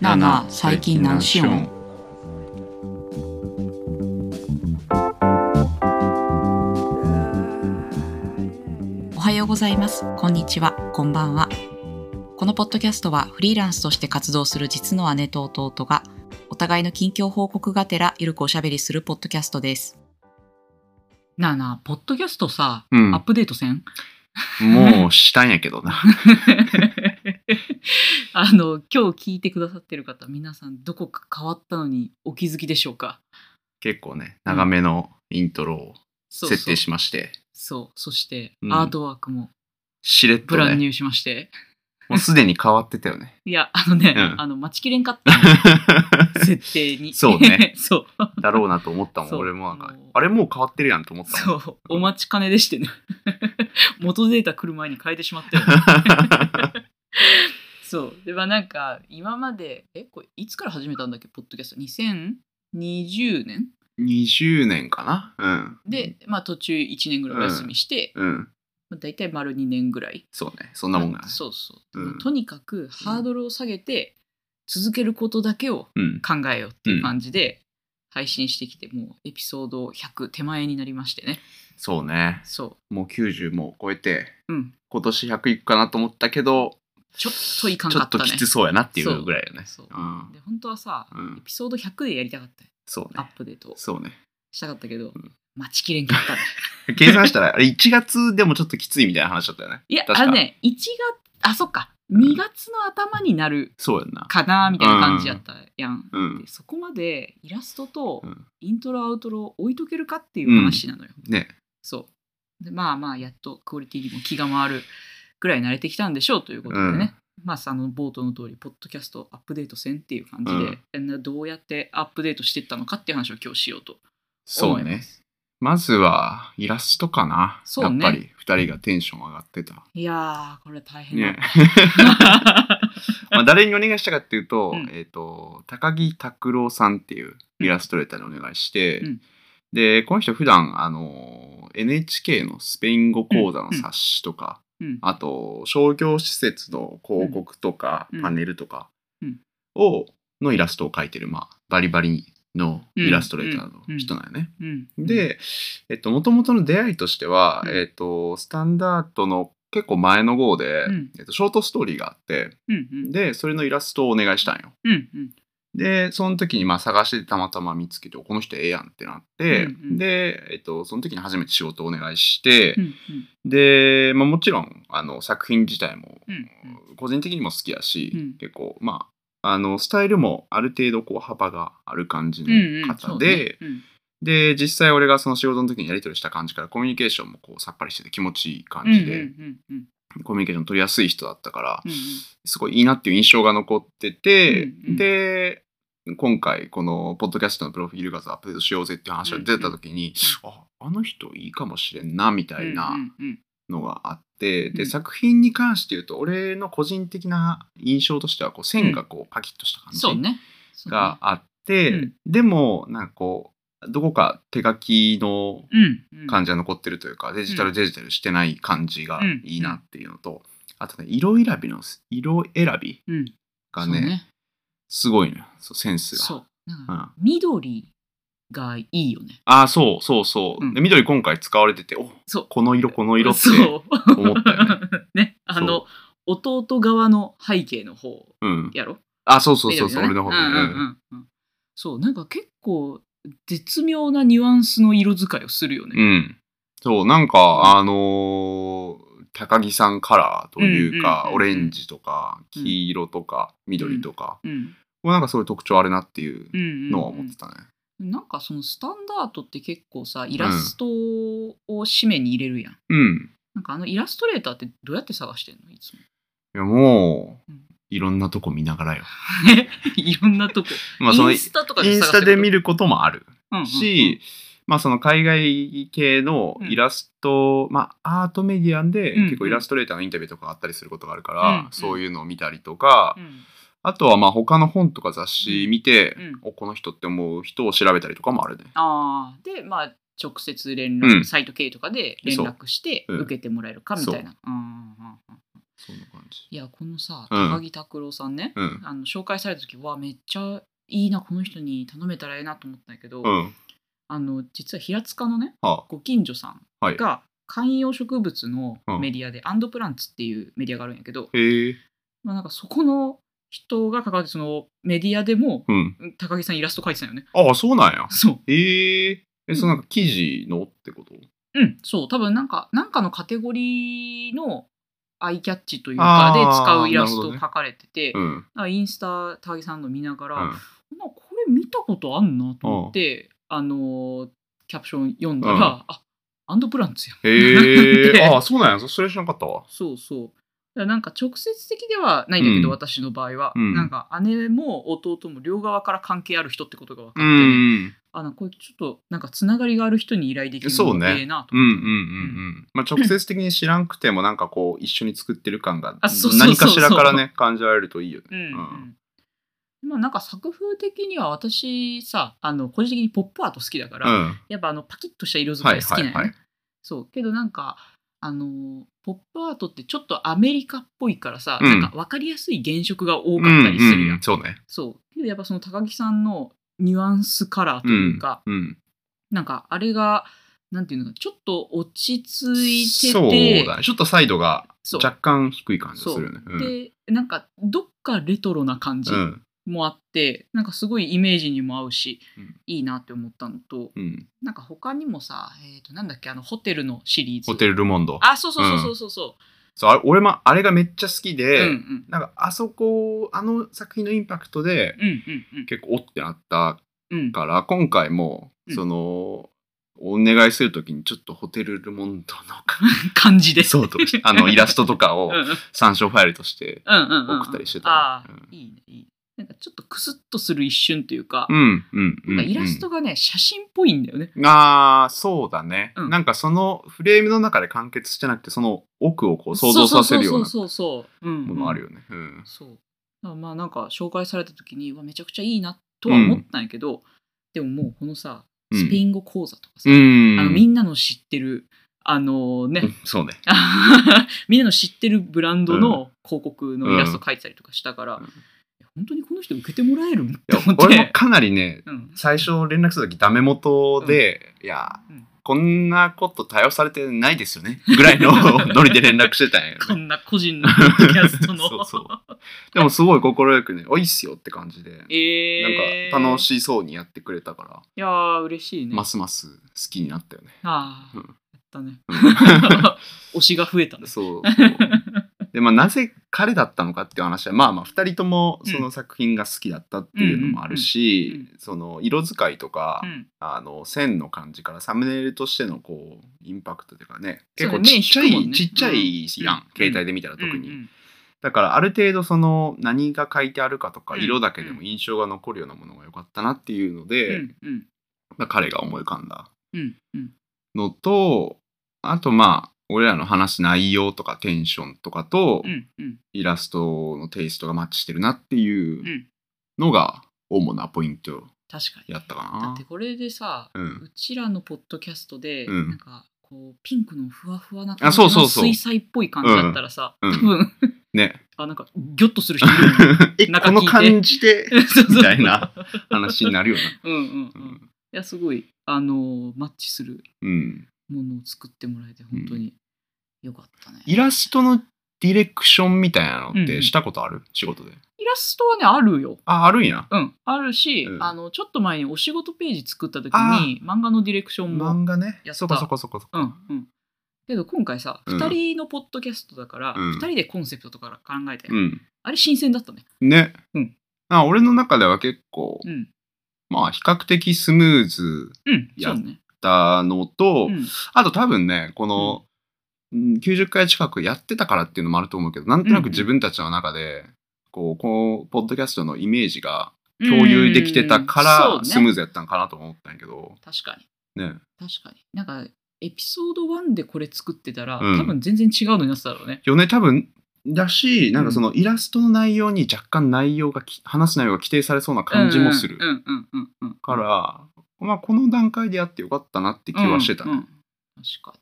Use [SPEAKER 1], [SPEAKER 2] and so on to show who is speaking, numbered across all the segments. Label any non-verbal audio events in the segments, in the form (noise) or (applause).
[SPEAKER 1] なあなあ最近何しよんおはようございますこんにちはこんばんはこのポッドキャストはフリーランスとして活動する実の姉と弟がお互いの近況報告がてらゆるくおしゃべりするポッドキャストですなあなあポッドキャストさ、
[SPEAKER 2] うん
[SPEAKER 1] アップデートせん (laughs)
[SPEAKER 2] もうしたんやけどな。
[SPEAKER 1] あの今日聞いてくださってる方皆さんどこか変わったのにお気づきでしょうか
[SPEAKER 2] 結構ね、長めのイントロを
[SPEAKER 1] そうそう
[SPEAKER 2] 設定しまして、
[SPEAKER 1] そうそして、
[SPEAKER 2] うん
[SPEAKER 1] アートワークも
[SPEAKER 2] しれっと
[SPEAKER 1] ブランニ
[SPEAKER 2] ね、
[SPEAKER 1] ューしまして
[SPEAKER 2] もうすでに変わってたよね。
[SPEAKER 1] いやあのね、
[SPEAKER 2] うん
[SPEAKER 1] あの待ちきれんかった
[SPEAKER 2] (laughs)
[SPEAKER 1] の (laughs) 設定に
[SPEAKER 2] そう
[SPEAKER 1] (laughs)
[SPEAKER 2] ね
[SPEAKER 1] そう
[SPEAKER 2] だろうなと思ったもん、
[SPEAKER 1] そう
[SPEAKER 2] 俺もなんか
[SPEAKER 1] もう、
[SPEAKER 2] あれもう変わってるやんと思ったも
[SPEAKER 1] そ
[SPEAKER 2] ん。 (laughs)
[SPEAKER 1] うお待ちかねでしてね (laughs) 元データ来る前に変えてしまったよねそうではなんか今までえこれいつから始めたんだっけポッドキャスト2020年
[SPEAKER 2] 20年かな
[SPEAKER 1] で、まあ途中1年ぐらいお休みして、
[SPEAKER 2] うん。うん。
[SPEAKER 1] まあ、大体丸2年ぐらい
[SPEAKER 2] そうね。そんなもんがね。
[SPEAKER 1] そうそう、
[SPEAKER 2] うん
[SPEAKER 1] とにかくハードルを下げて続けることだけを
[SPEAKER 2] うん。
[SPEAKER 1] 考えようっていう感じで配信してきて、もうエピソード100手前になりましてね
[SPEAKER 2] そうね。
[SPEAKER 1] そ
[SPEAKER 2] もう90も超えて、
[SPEAKER 1] ううん
[SPEAKER 2] 今年100いくかなと思ったけど、
[SPEAKER 1] ちょっといかん
[SPEAKER 2] ち
[SPEAKER 1] か
[SPEAKER 2] ょ
[SPEAKER 1] っ
[SPEAKER 2] ったと
[SPEAKER 1] ね
[SPEAKER 2] きつそうやなっていうぐらいよね。
[SPEAKER 1] そう
[SPEAKER 2] うん。
[SPEAKER 1] で本当はさ、
[SPEAKER 2] うん
[SPEAKER 1] エピソード100でやりたかったよ
[SPEAKER 2] そう
[SPEAKER 1] ア
[SPEAKER 2] ね。
[SPEAKER 1] ップデートを
[SPEAKER 2] そうね。
[SPEAKER 1] したかったけど、
[SPEAKER 2] うん
[SPEAKER 1] 待ちきれんか
[SPEAKER 2] (laughs)
[SPEAKER 1] ったね
[SPEAKER 2] 計算したら、あれ1月でもちょっときついみたいな話だったよね。
[SPEAKER 1] いや
[SPEAKER 2] 確か
[SPEAKER 1] あのね1月あそっか2月の頭になる
[SPEAKER 2] そうやんな。
[SPEAKER 1] かなみたいな感じやったやん、
[SPEAKER 2] うん
[SPEAKER 1] で。そこまでイラストと
[SPEAKER 2] うん
[SPEAKER 1] イントロアウトロを置いとけるかっていう話なのよ、
[SPEAKER 2] ね。
[SPEAKER 1] そうでまあまあやっとクオリティにも気が回るぐらい慣れてきたんでしょうということでね、まああの冒頭の通りポッドキャストアップデートせんっていう感じで、などうやってアップデートしていったのかっていう話を今日しようと
[SPEAKER 2] そう
[SPEAKER 1] 思いま
[SPEAKER 2] ね。
[SPEAKER 1] す
[SPEAKER 2] まずは、イラストかな。
[SPEAKER 1] そうね
[SPEAKER 2] やっぱり、二人がテンション上がってた。
[SPEAKER 1] いやーこれ大変だ、
[SPEAKER 2] ね。 (laughs) まあ誰にお願いしたかっていうと、
[SPEAKER 1] うん
[SPEAKER 2] えっ、と、高木拓郎さんっていうイラストレーターにお願いして、
[SPEAKER 1] うん
[SPEAKER 2] で、この人普段、あの、NHK のスペイン語講座の冊子とか、
[SPEAKER 1] (laughs) うん
[SPEAKER 2] あと、商業施設の広告とか
[SPEAKER 1] うん、
[SPEAKER 2] パネルとか
[SPEAKER 1] うん
[SPEAKER 2] を、のイラストを描いてる、まあ、バリバリのイラストレーターの人なんよね。
[SPEAKER 1] うん、
[SPEAKER 2] で、えっと、もともとの出会いとしては、
[SPEAKER 1] うん
[SPEAKER 2] えっと、スタンダードの結構前の号で、
[SPEAKER 1] うん
[SPEAKER 2] えっと、ショートストーリーがあって、
[SPEAKER 1] うんうん
[SPEAKER 2] で、それのイラストをお願いしたんよ。
[SPEAKER 1] うんうん
[SPEAKER 2] で、その時にまあ探してたまたま見つけて、この人ええやんってなって、
[SPEAKER 1] うんうん
[SPEAKER 2] で、えっと、その時に初めて仕事をお願いして
[SPEAKER 1] う、んうん
[SPEAKER 2] で、まあ、もちろん、あの、作品自体も、
[SPEAKER 1] うん
[SPEAKER 2] 個人的にも好きやし、
[SPEAKER 1] うん
[SPEAKER 2] 結構、まあ、あの、スタイルもある程度こう幅がある感じ
[SPEAKER 1] うんう
[SPEAKER 2] の
[SPEAKER 1] ん
[SPEAKER 2] 方で、
[SPEAKER 1] そうねうん
[SPEAKER 2] で、実際俺がその仕事の時にやり取りした感じからコミュニケーションもこうさっぱりしてて気持ちいい感じで、
[SPEAKER 1] うんうんうんうん
[SPEAKER 2] コミュニケーション取りやすい人だったから、
[SPEAKER 1] うんうん
[SPEAKER 2] すごいいいなっていう印象が残ってて、
[SPEAKER 1] うんうん
[SPEAKER 2] で、今回このポッドキャストのプロフィール画像アップデートしようぜっていう話が出た時に、あ、あの人いいかもしれんなみたいな
[SPEAKER 1] うんうん
[SPEAKER 2] のがあって、
[SPEAKER 1] う
[SPEAKER 2] で、
[SPEAKER 1] ん
[SPEAKER 2] 作品に関して言うと俺の個人的な印象としてはこう線がこうパキッとした
[SPEAKER 1] う
[SPEAKER 2] 感
[SPEAKER 1] ん
[SPEAKER 2] じ。
[SPEAKER 1] そうねそうね
[SPEAKER 2] があって、
[SPEAKER 1] うん
[SPEAKER 2] でもなんかこうどこか手書きの
[SPEAKER 1] うんうん
[SPEAKER 2] 感じが残ってるというか、デジタルデジタルしてない感じが
[SPEAKER 1] うん
[SPEAKER 2] いいなっていうのと、あとね色選びの色選び
[SPEAKER 1] うん
[SPEAKER 2] が
[SPEAKER 1] そ
[SPEAKER 2] ね
[SPEAKER 1] うね
[SPEAKER 2] すごいねそうセンスが。
[SPEAKER 1] そうなん
[SPEAKER 2] う
[SPEAKER 1] か
[SPEAKER 2] ん
[SPEAKER 1] 緑がいいよね
[SPEAKER 2] ああそうそうそう、
[SPEAKER 1] うん
[SPEAKER 2] で緑今回使われててお
[SPEAKER 1] そう
[SPEAKER 2] この色この色って
[SPEAKER 1] そう
[SPEAKER 2] 思ったよね。
[SPEAKER 1] (laughs) ねあの弟側の背景の方
[SPEAKER 2] うん、
[SPEAKER 1] やろ
[SPEAKER 2] あそうそうそうそう、
[SPEAKER 1] 緑
[SPEAKER 2] 俺
[SPEAKER 1] ね
[SPEAKER 2] の方
[SPEAKER 1] う
[SPEAKER 2] ね、
[SPEAKER 1] んうんうんうんそうなんか結構絶妙なニュアンスの色使いをするよ
[SPEAKER 2] う
[SPEAKER 1] ね
[SPEAKER 2] ん。そう、なんか、あのー高木さんカラーというか、
[SPEAKER 1] うんうんうんうん
[SPEAKER 2] オレンジとか、黄色とか、緑とか、
[SPEAKER 1] うん
[SPEAKER 2] もうなんかそういう特徴あるなっていう
[SPEAKER 1] うんうんうん
[SPEAKER 2] のは思ってたね。
[SPEAKER 1] なんかそのスタンダードって結構さイラストを締めに入れるやん、
[SPEAKER 2] うん。
[SPEAKER 1] なんかあのイラストレーターってどうやって探してんのいつも
[SPEAKER 2] いや、もう
[SPEAKER 1] うん、
[SPEAKER 2] いろんなとこ見ながらよ。
[SPEAKER 1] (laughs) いろんなとこ、
[SPEAKER 2] まあ、その、
[SPEAKER 1] イ
[SPEAKER 2] イ
[SPEAKER 1] ン
[SPEAKER 2] ン
[SPEAKER 1] ス
[SPEAKER 2] ス
[SPEAKER 1] タとかで探して
[SPEAKER 2] タで見ることもある
[SPEAKER 1] る
[SPEAKER 2] し、まあ、その海外系のイラスト、まあ、アートメディアで
[SPEAKER 1] うんうん
[SPEAKER 2] 結構イラストレーターのインタビューとかあったりすることがあるか
[SPEAKER 1] うんうん
[SPEAKER 2] ら、そういうのを見たりとか
[SPEAKER 1] う、ん
[SPEAKER 2] あとはまあ他の本とか雑誌見て、
[SPEAKER 1] うんうん
[SPEAKER 2] おこの人って思う人を調べたりとかもあるね。
[SPEAKER 1] ああでまあ直接連絡、
[SPEAKER 2] うん
[SPEAKER 1] サイト経由とかで連絡して
[SPEAKER 2] そううん
[SPEAKER 1] 受けてもらえるかみたいな、あーあーあー
[SPEAKER 2] そんな感じ。
[SPEAKER 1] いやこのさ
[SPEAKER 2] うん
[SPEAKER 1] 高木拓郎さんね、
[SPEAKER 2] うん。
[SPEAKER 1] あの紹介された時はめっちゃいいなこの人に頼めたらええなと思ったんやけど、
[SPEAKER 2] うん。
[SPEAKER 1] あの実は平塚のね
[SPEAKER 2] は
[SPEAKER 1] ご近所さん
[SPEAKER 2] あ。はい。
[SPEAKER 1] が観葉植物の
[SPEAKER 2] うん
[SPEAKER 1] メディアで、アンドプランツっていうメディアがあるんやけど、
[SPEAKER 2] へえ。
[SPEAKER 1] まあ、なんかそこの人が掲げてそのメディアでも
[SPEAKER 2] うん。
[SPEAKER 1] 高木さんイラスト描いてたよね。
[SPEAKER 2] ああ、そうなんや。
[SPEAKER 1] そう。
[SPEAKER 2] へえ。え、そのなんか記事のってこと
[SPEAKER 1] うん、そう。多分なんか、なんかのカテゴリーのアイキャッチという
[SPEAKER 2] あ
[SPEAKER 1] か、で
[SPEAKER 2] ー
[SPEAKER 1] 使うイラスト
[SPEAKER 2] なるほど
[SPEAKER 1] を
[SPEAKER 2] ね
[SPEAKER 1] 描かれてて、
[SPEAKER 2] うん。うん。
[SPEAKER 1] なんかインスタ高木さんの見ながら、
[SPEAKER 2] あ
[SPEAKER 1] まあこれ見たことあんなと思って、あのーキャプション読んだら、
[SPEAKER 2] うん
[SPEAKER 1] あアンドプランツや。
[SPEAKER 2] へ
[SPEAKER 1] で (laughs)
[SPEAKER 2] え。ああ、そうなんや。そそれ知らなかったわ。
[SPEAKER 1] そうそう。だからなんか直接的ではないんだけど、
[SPEAKER 2] うん
[SPEAKER 1] 私の場合は、
[SPEAKER 2] うん
[SPEAKER 1] なんか姉も弟も両側から関係ある人ってことが分かって、
[SPEAKER 2] うん。うん
[SPEAKER 1] あなんかこれちょっとなんかつながりがある人に依頼できる
[SPEAKER 2] そ
[SPEAKER 1] の
[SPEAKER 2] う
[SPEAKER 1] が
[SPEAKER 2] ね
[SPEAKER 1] ええなと
[SPEAKER 2] うんうん
[SPEAKER 1] 思
[SPEAKER 2] う
[SPEAKER 1] って、
[SPEAKER 2] ん。まあ直接的に知らんくても、なんかこう、一緒に作ってる感が
[SPEAKER 1] あそう、そうそう
[SPEAKER 2] 何
[SPEAKER 1] そう
[SPEAKER 2] かしらからね、感じられるといいよね。
[SPEAKER 1] うんうん
[SPEAKER 2] うん
[SPEAKER 1] まあなんか作風的には私さあの個人的にポップアート好きだか
[SPEAKER 2] う
[SPEAKER 1] ら、
[SPEAKER 2] ん。
[SPEAKER 1] やっぱあのパキッとした色使
[SPEAKER 2] はいい
[SPEAKER 1] 好きな
[SPEAKER 2] は
[SPEAKER 1] の、
[SPEAKER 2] い
[SPEAKER 1] ね
[SPEAKER 2] はい。
[SPEAKER 1] そうけどなんかあのポップアートってちょっとアメリカっぽいからさ、
[SPEAKER 2] うん
[SPEAKER 1] なんか分かりやすい原色が多
[SPEAKER 2] う
[SPEAKER 1] かったりするやん
[SPEAKER 2] んうん。そうね。
[SPEAKER 1] そう。けどやっぱその高木さんのニュアンスカラーというか、
[SPEAKER 2] うん。
[SPEAKER 1] なんかあれが、なんていうのかな、ちょっと落ち着いてて、
[SPEAKER 2] そうだね。ちょっとサイドが
[SPEAKER 1] そう
[SPEAKER 2] 若干低い感じがするよね。
[SPEAKER 1] そうで、なんかどっかレトロな感じ
[SPEAKER 2] うん。うん
[SPEAKER 1] もあって、なんかすごいイメージにも合うし、
[SPEAKER 2] うん
[SPEAKER 1] いいなって思ったのと、
[SPEAKER 2] うん。
[SPEAKER 1] なんか他にもさ、えっ、と、なんだっけ、あの、ホテルのシリーズ。
[SPEAKER 2] ホテル・ルモンド。
[SPEAKER 1] あ、そうそうそうそうそうそ
[SPEAKER 2] そうあれ俺もあれがめっちゃ好
[SPEAKER 1] う。
[SPEAKER 2] き
[SPEAKER 1] うん
[SPEAKER 2] で、
[SPEAKER 1] うん。
[SPEAKER 2] なんかあそこあの作品のインパクトで
[SPEAKER 1] うんうん
[SPEAKER 2] 結構おってなった
[SPEAKER 1] うん。うん。
[SPEAKER 2] から今回も
[SPEAKER 1] うん
[SPEAKER 2] その、お願いするときにちょっとホテル・ルモンドの
[SPEAKER 1] 感 (laughs) じで。
[SPEAKER 2] そうとしてあのイラストと
[SPEAKER 1] (laughs)
[SPEAKER 2] か
[SPEAKER 1] う
[SPEAKER 2] を
[SPEAKER 1] んうん。
[SPEAKER 2] 参照ファイルとして
[SPEAKER 1] うんうんうんうん、
[SPEAKER 2] 送ったりしてたね
[SPEAKER 1] ああ、
[SPEAKER 2] うん
[SPEAKER 1] いいねいいねなんかちょっとクスッとする一瞬というか,、
[SPEAKER 2] うんうんうん、
[SPEAKER 1] なんかイラストがね、写真っぽいんだよね
[SPEAKER 2] あーそうだね、
[SPEAKER 1] うん
[SPEAKER 2] なんかそのフレームの中で完結してなくてその奥をこう想像させるような
[SPEAKER 1] そうそうそうそうそう、うんうん
[SPEAKER 2] ものあるよねうん
[SPEAKER 1] そうだからまあなんか紹介された時にうわめちゃくちゃいいなとは思ったんやけど、でももうこのさ
[SPEAKER 2] うん
[SPEAKER 1] スペイン語講座とかさ、
[SPEAKER 2] うん
[SPEAKER 1] あのみんなの知ってるあのね、
[SPEAKER 2] うんそうね
[SPEAKER 1] (laughs) みんなの知ってるブランドの広告のイラスト描いてたりとかしたから、
[SPEAKER 2] うん
[SPEAKER 1] いや本当にこの人受けてもらえるんっ
[SPEAKER 2] い
[SPEAKER 1] て
[SPEAKER 2] や
[SPEAKER 1] 思って
[SPEAKER 2] 俺もかなりね
[SPEAKER 1] うん、
[SPEAKER 2] 最初連絡するときダメ元で、いや
[SPEAKER 1] うん
[SPEAKER 2] こんなこと対応されてないですよねぐらい
[SPEAKER 1] (laughs)
[SPEAKER 2] のノリで連絡してたんや
[SPEAKER 1] こ
[SPEAKER 2] よね。
[SPEAKER 1] んな個人のポッドキャストの。
[SPEAKER 2] (laughs) そうそうでもすごい快くね、おいいっすよって感じで、
[SPEAKER 1] (laughs) えー、
[SPEAKER 2] なんか楽
[SPEAKER 1] い。
[SPEAKER 2] しそうにやってくれたか
[SPEAKER 1] い
[SPEAKER 2] ら、
[SPEAKER 1] やー、嬉しいね。
[SPEAKER 2] ますます好きになったよね。
[SPEAKER 1] ああ、
[SPEAKER 2] うん
[SPEAKER 1] やったね。(laughs)
[SPEAKER 2] う
[SPEAKER 1] 推しが増えたん
[SPEAKER 2] ん
[SPEAKER 1] で
[SPEAKER 2] (laughs)
[SPEAKER 1] す。
[SPEAKER 2] そうそう。で、まあなぜ彼だったのかっていう話は、まあまあ2人ともその作品が好きだったっていうのもある
[SPEAKER 1] うんうんうん
[SPEAKER 2] し、その色使いとか、
[SPEAKER 1] うん、
[SPEAKER 2] あの線の感じからサムネイルとしてのこうインパクトというかね
[SPEAKER 1] そう
[SPEAKER 2] 結
[SPEAKER 1] ね
[SPEAKER 2] 構ちっちゃ
[SPEAKER 1] 目引くも
[SPEAKER 2] い、
[SPEAKER 1] んね
[SPEAKER 2] ちっちゃいやん、
[SPEAKER 1] うん
[SPEAKER 2] 携帯で見たら特に、
[SPEAKER 1] うん
[SPEAKER 2] だからある程度その何が書いてあるかとか
[SPEAKER 1] うん
[SPEAKER 2] 色だけでも印象が残るようなものが良かったなっていうの
[SPEAKER 1] う
[SPEAKER 2] で、
[SPEAKER 1] んうん
[SPEAKER 2] まあ彼が思い浮かんだ
[SPEAKER 1] うんうん
[SPEAKER 2] のとあとまあ俺らの話す内容とかテンションとかと
[SPEAKER 1] うんうん
[SPEAKER 2] イラストのテイストがマッチしてるなっていううんのが主なポイント
[SPEAKER 1] 確かに。
[SPEAKER 2] やったか
[SPEAKER 1] だ
[SPEAKER 2] な
[SPEAKER 1] って。これでさ、 (laughs)
[SPEAKER 2] うん
[SPEAKER 1] うちらのポッドキャストで、
[SPEAKER 2] うん
[SPEAKER 1] なんかこうピンクのふわふわな感
[SPEAKER 2] あ
[SPEAKER 1] じ
[SPEAKER 2] そうそ
[SPEAKER 1] の
[SPEAKER 2] うそう
[SPEAKER 1] 水彩っぽい感じだったらさ、
[SPEAKER 2] うんうん
[SPEAKER 1] 多分
[SPEAKER 2] ね。
[SPEAKER 1] (laughs) あなんかギョッとする人いるよね
[SPEAKER 2] え
[SPEAKER 1] 中聞いて
[SPEAKER 2] この感じで
[SPEAKER 1] そうそう
[SPEAKER 2] (laughs) みたいな話になるよ
[SPEAKER 1] うんうんう
[SPEAKER 2] な。
[SPEAKER 1] ん。いやすごいあのーマッチする
[SPEAKER 2] うん、
[SPEAKER 1] ものを作ってもらえて本当によかったね、
[SPEAKER 2] イラストのディレクションみたいなのっ
[SPEAKER 1] うん
[SPEAKER 2] てしたことある、仕事で。
[SPEAKER 1] イラストはねあるよ
[SPEAKER 2] あ、あるんや。
[SPEAKER 1] うんあるし、
[SPEAKER 2] うん
[SPEAKER 1] あのちょっと前にお仕事ページ作った時
[SPEAKER 2] あ
[SPEAKER 1] に漫画のディレクションも
[SPEAKER 2] 漫画ね
[SPEAKER 1] や。った
[SPEAKER 2] そこそこそこそこ。
[SPEAKER 1] うんうんけど今回さ、
[SPEAKER 2] うん
[SPEAKER 1] 2人のポッドキャストだから、
[SPEAKER 2] うん
[SPEAKER 1] 2人でコンセプトとか考えたよ、
[SPEAKER 2] うん。
[SPEAKER 1] あれ新鮮だったね
[SPEAKER 2] ね。
[SPEAKER 1] うん
[SPEAKER 2] あ俺の中では結構、
[SPEAKER 1] うん
[SPEAKER 2] まあ比較的スムーズ
[SPEAKER 1] うん
[SPEAKER 2] い
[SPEAKER 1] そ
[SPEAKER 2] や
[SPEAKER 1] うね
[SPEAKER 2] だのと、
[SPEAKER 1] うん
[SPEAKER 2] あと多分ね、この、うん90回近くやってたからっていうのもあると思うけど、なんとなく自分たちの中で、こう、このポッドキャストのイメージが共有できてたか
[SPEAKER 1] うん
[SPEAKER 2] ら、ス
[SPEAKER 1] そう
[SPEAKER 2] ム
[SPEAKER 1] ね
[SPEAKER 2] ーズやったんかなと思ったんやけど、
[SPEAKER 1] 確かに
[SPEAKER 2] ね。
[SPEAKER 1] 確かになんかエピソード1でこれ作ってたら、
[SPEAKER 2] うん
[SPEAKER 1] 多分全然違うのになってたろうね
[SPEAKER 2] よね、多分、だし、なんかそのイラストの内容に若干内容がき、話す内容が規定されそうな感じもする
[SPEAKER 1] う。んうんうんうん、うん、
[SPEAKER 2] から、まあこの段階でやってよかったなって気はしてた
[SPEAKER 1] うんう
[SPEAKER 2] ね。
[SPEAKER 1] ん確か